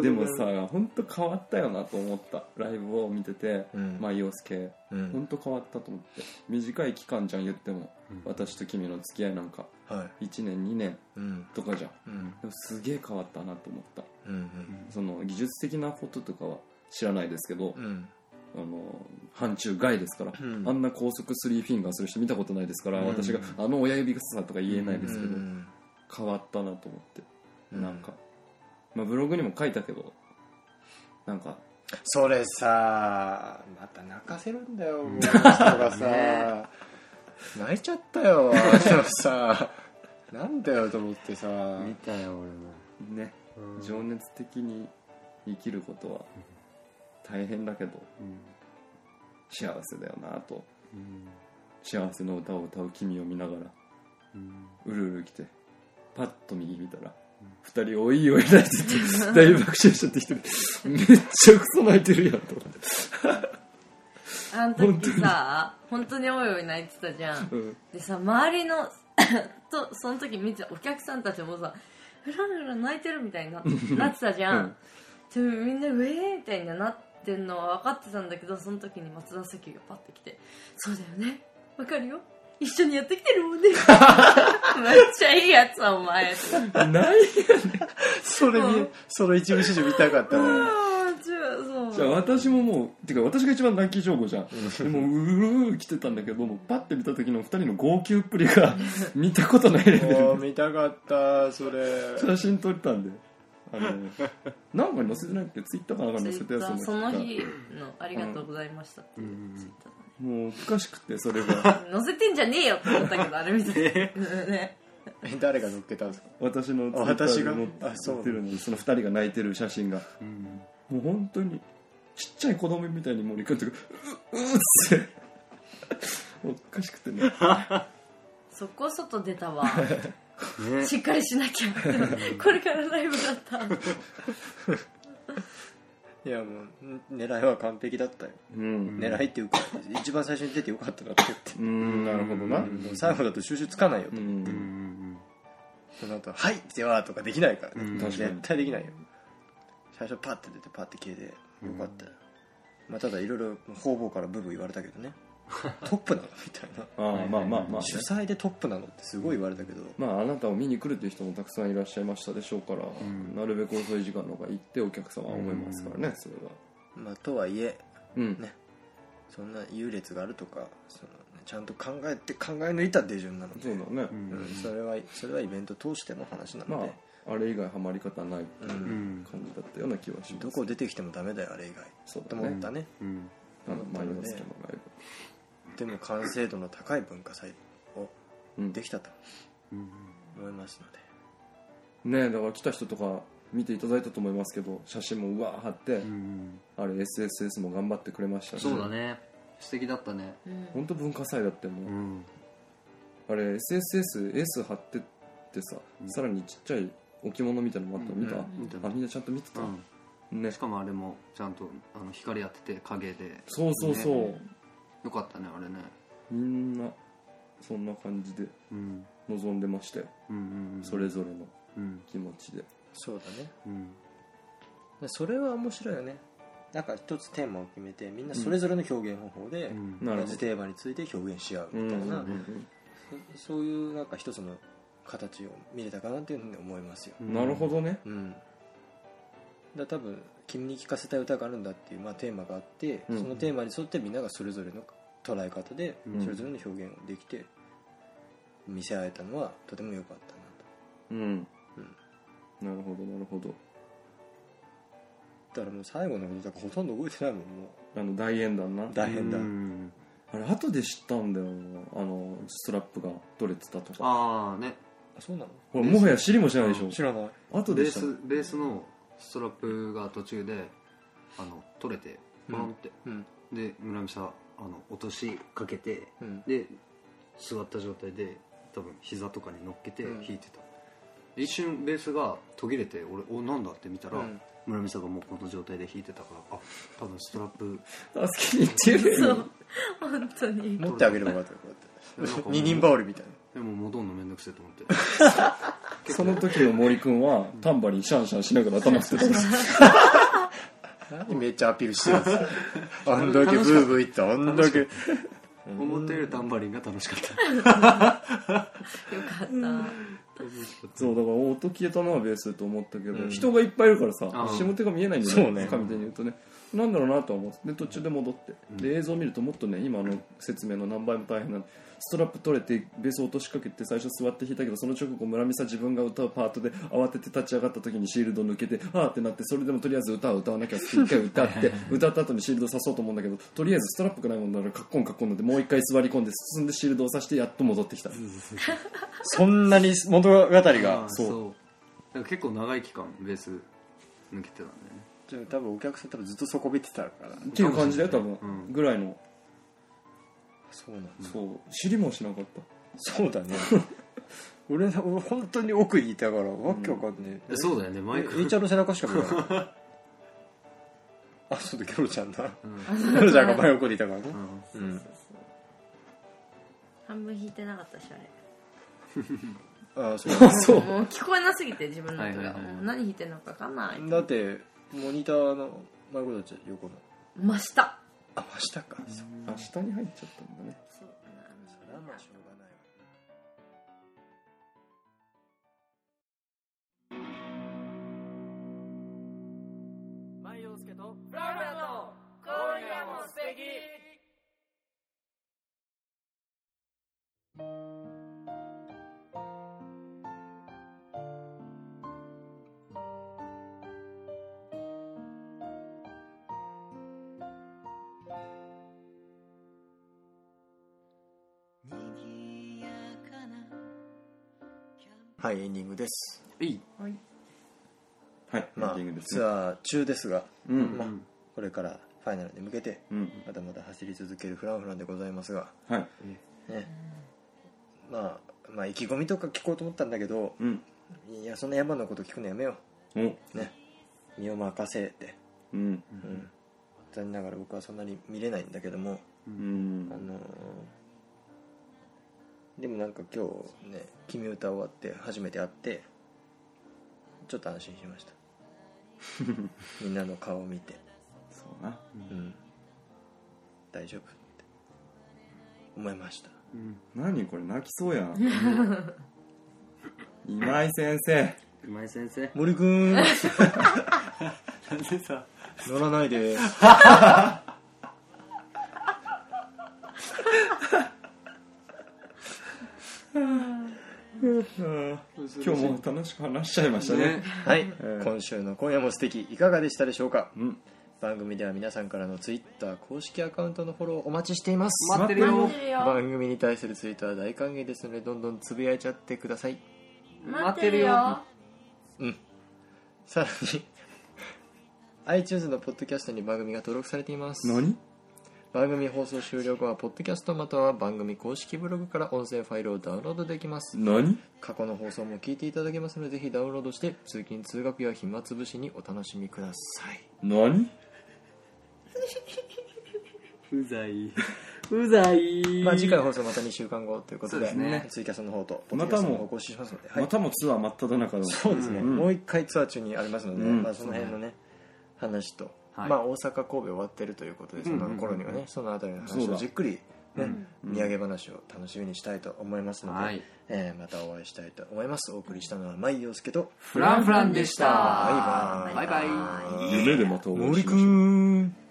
Speaker 2: でもさ本当変わったよなと思ったライブを見てて、
Speaker 1: うん
Speaker 2: まあ洋介
Speaker 1: うん
Speaker 2: 本当変わったと思って短い期間じゃん言っても、
Speaker 3: うん
Speaker 2: 私と君の付き合いなんか
Speaker 1: はい
Speaker 2: 1年2年
Speaker 1: うん
Speaker 2: とかじゃん
Speaker 1: うん
Speaker 2: でもすげえ変わったなと思った
Speaker 1: うん
Speaker 2: その技術的なこととかは知らないですけど、
Speaker 1: うんうん
Speaker 2: あの範疇外ですから、
Speaker 1: うん
Speaker 2: あんな高速スリーフィンガーする人見たことないですから、
Speaker 1: うん
Speaker 2: 私があの親指がさとか言えないですけど、
Speaker 1: うん
Speaker 2: 変わったなと思って、
Speaker 1: うん
Speaker 2: なんか、まあ、ブログにも書いたけどなんか
Speaker 1: それさまた泣かせるんだよもう人がさ泣いちゃったよでもさなんだよと思ってさ
Speaker 3: 見たよ俺も
Speaker 2: ね
Speaker 3: うん
Speaker 2: 情熱的に生きることは大変だけど
Speaker 3: うん
Speaker 2: 幸せだよなと
Speaker 3: うん
Speaker 2: 幸せの歌を歌う君を見ながら
Speaker 3: うん
Speaker 2: うるうる来てパッと右見たら二人おいおい泣いてて大爆笑しちゃってきてめっちゃクソ泣いてるやんと思って
Speaker 4: あの時さ本当においおい泣いてたじゃん、
Speaker 2: うん
Speaker 4: でさ周りの とその時見てたお客さんたちもさフラフラ泣いてるみたいにななってたじゃん、でみんなウェーみたいになってんのは分かってたんだけどその時に松田咲がパッて来て「そうだよね分かるよ一緒にやってきてる もんね」めっちゃいいやつはお前 って
Speaker 2: ない
Speaker 7: それ見その一部始終見たかったわ
Speaker 4: ああそう
Speaker 2: じゃあ私ももうてか私が一番ラッキー情報じゃんでもううるう来てたんだけどもうパッて見た時の二人の号泣っぷりが見たことないレベル
Speaker 7: おー見たかったそれ
Speaker 2: 写真撮れたんであのなんかに載せてないっけツイッターかなんかに載せたやつを
Speaker 4: その日の「ありがとうございました」っていう
Speaker 3: うん
Speaker 4: ツイッターだね
Speaker 2: もうおかしくてそれが
Speaker 4: 載せてんじゃねえよって思ったけどあれ見てね
Speaker 7: え 誰が乗っけたんですか
Speaker 2: 私のツイッタ
Speaker 7: 私が
Speaker 2: ーに
Speaker 7: あそう
Speaker 2: 載ってるのにその二人が泣いてる写真が
Speaker 3: うん
Speaker 2: もう本当にちっちゃい子供みたいに森君とかうううっつっておかしくてね
Speaker 4: そこ外出たわ
Speaker 3: ね
Speaker 4: しっかりしなきゃこれからライブだった
Speaker 1: いやもうん狙いは完璧だったよ、
Speaker 2: うん
Speaker 1: 狙いっていうか一番最初に出てよかったなって言って
Speaker 2: うんなるほどな
Speaker 1: もう最後だと収集つかないよ
Speaker 2: う
Speaker 1: と、
Speaker 3: う
Speaker 2: ん
Speaker 3: んうん
Speaker 1: その後はいでは」とかできないからね、
Speaker 3: うん
Speaker 2: 確かに
Speaker 1: 絶対できないよ最初パッて出てパッて消えてよかったよ、まあ、ただいろいろ方々からブブ言われたけどねトップなのみたいな
Speaker 2: ああまあまあまあ、
Speaker 1: 主催でトップなのってすごい言われたけど、
Speaker 2: まああなたを見に来るという人もたくさんいらっしゃいましたでしょうから、
Speaker 3: ん
Speaker 2: なるべく遅い時間の方が行ってお客様は思いますからね、それは
Speaker 1: まあ、とはいえ
Speaker 2: うん、
Speaker 1: ねそんな優劣があるとかそのちゃんと考えて考え抜いた手順なので
Speaker 2: そうだね、
Speaker 3: うん
Speaker 1: うんそれはそれはイベント通しての話なの
Speaker 2: ま
Speaker 1: で、
Speaker 2: ああれ以外ハマり方ない
Speaker 1: うん
Speaker 3: うん
Speaker 2: 感じだったような気はします
Speaker 1: どこ出てきてもダメだよあれ以外
Speaker 2: そう
Speaker 1: と
Speaker 2: だ
Speaker 1: 思
Speaker 2: ね
Speaker 1: ったね、
Speaker 3: うん
Speaker 2: あのマイナスのライ
Speaker 1: でも完成度の高い文化祭を
Speaker 2: ブ、うん、
Speaker 1: できたと
Speaker 3: うん
Speaker 1: 思いますので
Speaker 2: ねえだから来た人とか見ていただいたと思いますけど写真もうわー貼って、
Speaker 3: うん
Speaker 2: あれ SSS も頑張ってくれましたし
Speaker 3: そうだね素敵だったね
Speaker 2: 本当文化祭だってもう、
Speaker 3: ん
Speaker 2: あれ SSS エース貼ってってさ、さらにちっちゃい置物みたいなのもあったの見た、
Speaker 3: 見た
Speaker 2: あみんなちゃんと見てた、ね
Speaker 3: しかもあれもちゃんとあの光当てて影で
Speaker 2: そうそうそう、
Speaker 3: よかったねあれね
Speaker 2: みんなそんな感じで
Speaker 3: うん
Speaker 2: 望んでましたよ、
Speaker 3: うんうん
Speaker 2: それぞれの
Speaker 3: うん
Speaker 2: 気持ちで
Speaker 1: そうだね
Speaker 3: うん
Speaker 1: でそれは面白いよねなんか一つテーマを決めてみんなそれぞれの表現方法で
Speaker 3: うん
Speaker 2: なる
Speaker 1: 同
Speaker 2: ほ
Speaker 1: じ
Speaker 2: ど
Speaker 1: テーマについて表現し合う
Speaker 2: う
Speaker 1: み
Speaker 2: んう
Speaker 1: た
Speaker 2: ん
Speaker 1: いな、
Speaker 2: うん
Speaker 1: そそういうなんか一つの形を見れたかなっていうふうに思いますよ、
Speaker 2: なるほどね
Speaker 1: うん、だから多分「君に聴かせたい歌があるんだ」っていう、まあ、テーマがあって、
Speaker 2: うん
Speaker 1: そのテーマに沿ってみんながそれぞれの捉え方で
Speaker 3: うん
Speaker 1: それぞれの表現をできて見せ合えたのはとても良かったな
Speaker 2: うん、なるほどなるほど
Speaker 1: とだからもう最後のこととかほとんど覚えてないもんも
Speaker 2: あの大演談な
Speaker 1: う大変だ、
Speaker 3: うん
Speaker 2: あれ後で知ったんだよあのストラップが取れてたとか
Speaker 3: ああね
Speaker 1: あそうなの
Speaker 2: これもはや知りもしないでしょ
Speaker 1: 知らない
Speaker 2: 後
Speaker 3: ベ
Speaker 2: で
Speaker 3: ー
Speaker 2: 知った
Speaker 3: スベースのストラップが途中であの取れてポロンって、
Speaker 1: うん
Speaker 3: で村上さんあの落としかけて
Speaker 1: うん
Speaker 3: で座った状態で多分膝とかに乗っけて
Speaker 1: うん
Speaker 3: 弾いてた、一瞬ベースが途切れて俺おなんだって見たら、
Speaker 1: うん
Speaker 3: 村上さんがもうこの状態で弾いてたからあ多分ストラップ
Speaker 2: 助けに行ってる
Speaker 4: そう本当に
Speaker 1: 持ってあげればよかったよこうや
Speaker 3: なん
Speaker 1: っ
Speaker 3: か
Speaker 1: て 二人羽織みたいな
Speaker 3: でも戻るのめんどくせえと思って
Speaker 2: その時の森くんはタンバリンシャンシャンしながら頭振ってたんです
Speaker 1: 何めっちゃアピールしてるんですか あんだけブーブー言ったあんだけ
Speaker 3: 思ったよりタンバリンが楽しか った
Speaker 4: よかった
Speaker 2: そうだから音消えたのはベースと思ったけど、
Speaker 1: うん
Speaker 2: 人がいっぱいいるからさ
Speaker 3: あー
Speaker 2: 下手が見えないんだよ
Speaker 1: そうね
Speaker 2: かみたいに言うとねなんだろうなとは思ってで途中で戻って、で映像を見るともっとね今の説明の何倍も大変なストラップ取れてベース落としかけて最初座って弾いたけどその直後村見さん自分が歌うパートで慌てて立ち上がった時にシールド抜けてあーってなってそれでもとりあえず歌を歌わなきゃって一回歌って歌った後にシールド刺そうと思うんだけどとりあえずストラップがないもんだからカッコンカッコンなってもう一回座り込んで進んでシールドを刺してやっと戻ってきた
Speaker 1: そんなに物語
Speaker 3: あ
Speaker 1: が
Speaker 3: ーそうだから結構長い期間ベース抜けてたんだよね
Speaker 1: じゃあ多分お客さん多分ずっとそこ見てたから
Speaker 2: っていう感じだよ多分、
Speaker 3: うん
Speaker 2: ぐらいの
Speaker 1: そうなんだ
Speaker 2: そう知りもしなかった
Speaker 1: そうだね 俺な俺本当に奥にいたからわけわかんねえ、
Speaker 3: えそうだよねマイク
Speaker 1: ええいちゃんの背中しか見えないあそうだキョロちゃんだ
Speaker 3: うん
Speaker 1: キョロちゃんが真横にいたからね
Speaker 3: うん
Speaker 1: うん
Speaker 4: 半分弾いてなかったしあれ
Speaker 1: あそうだ
Speaker 2: そう
Speaker 4: もう聞こえなすぎて自分の音
Speaker 3: はい
Speaker 4: が
Speaker 3: はいはい
Speaker 4: もう何弾いてるのか分かんない
Speaker 1: だってモニターの真横だったじゃん横の
Speaker 4: 真下
Speaker 1: あ真下かそう
Speaker 2: 明日に入っちゃったんだね
Speaker 4: そう
Speaker 1: それはまあしょうがないわ
Speaker 5: マイオスケと
Speaker 4: フラフラと今夜も素敵
Speaker 8: はいエンディングです
Speaker 3: いい
Speaker 2: はい
Speaker 1: まあ
Speaker 2: エンディングですね
Speaker 1: ツアー中ですが、
Speaker 2: うん
Speaker 1: まあ、これからファイナルに向けて
Speaker 2: うん
Speaker 1: まだまだ走り続けるフランフランでございますが、
Speaker 2: はい
Speaker 1: ねまあ、まあ意気込みとか聞こうと思ったんだけど
Speaker 2: うん
Speaker 1: いやそんなヤバなこと聞くのやめよ
Speaker 2: お
Speaker 1: うね身を任せって、
Speaker 2: うん
Speaker 1: うん、残念ながら僕はそんなに見れないんだけども、
Speaker 2: うん
Speaker 1: あのーでもなんか今日ね「君歌」終わって初めて会ってちょっと安心しましたみんなの顔を見て
Speaker 2: そうな
Speaker 1: うん、大丈夫って思いました
Speaker 3: うん
Speaker 2: 何これ泣きそうやん 今井先生
Speaker 3: 今井先生
Speaker 1: 森くん
Speaker 3: なんでさ
Speaker 1: 乗らないで
Speaker 2: 今日も楽しく話しちゃいましたね
Speaker 3: ね
Speaker 1: はい、今週の「今夜も素敵いかがでしたでしょうか、
Speaker 2: ん
Speaker 1: 番組では皆さんからのツイッター公式アカウントのフォローお待ちしています
Speaker 3: 待ってるよ
Speaker 4: 待ってるよ
Speaker 1: 番組に対するツイートは大歓迎ですのでどんどんつぶやいちゃってください
Speaker 4: 待ってるよ
Speaker 1: さらに iTunes のポッドキャストに番組が登録されています
Speaker 2: 何
Speaker 1: 番組放送終了後はポッドキャストまたは番組公式ブログから音声ファイルをダウンロードできます
Speaker 2: 何
Speaker 1: 過去の放送も聞いていただけますのでぜひダウンロードして通勤通学や暇つぶしにお楽しみください
Speaker 2: 何
Speaker 3: うざいうざい
Speaker 1: まあ、次回の放送また2週間後ということで
Speaker 3: そうですね
Speaker 1: ツイキャスの方とポッ
Speaker 2: ま
Speaker 1: ドキャ
Speaker 2: た
Speaker 1: ス
Speaker 2: も
Speaker 1: トの方更新しますので、はい
Speaker 2: またもツアー真っ只中の
Speaker 1: そうですね、
Speaker 2: うん
Speaker 1: もう一回ツアー中にありますので、
Speaker 2: うん
Speaker 1: まあ、その辺のね話と、
Speaker 3: はい
Speaker 1: まあ、大阪神戸終わってるということでそ
Speaker 3: うんうん
Speaker 1: の
Speaker 3: うんうん
Speaker 1: 頃にはねその辺りの
Speaker 2: そ
Speaker 1: 話
Speaker 2: う
Speaker 1: を
Speaker 2: だ
Speaker 1: じっくりね
Speaker 2: うん
Speaker 1: 土産話を楽しみにしたいと思いますので、
Speaker 3: はい
Speaker 1: えーまたお会いしたいと思いますお送りしたのは舞陽介と
Speaker 3: フランフランでした
Speaker 1: バイバイ
Speaker 3: バイバイ
Speaker 2: 夢でまたお会いしましょう
Speaker 1: くん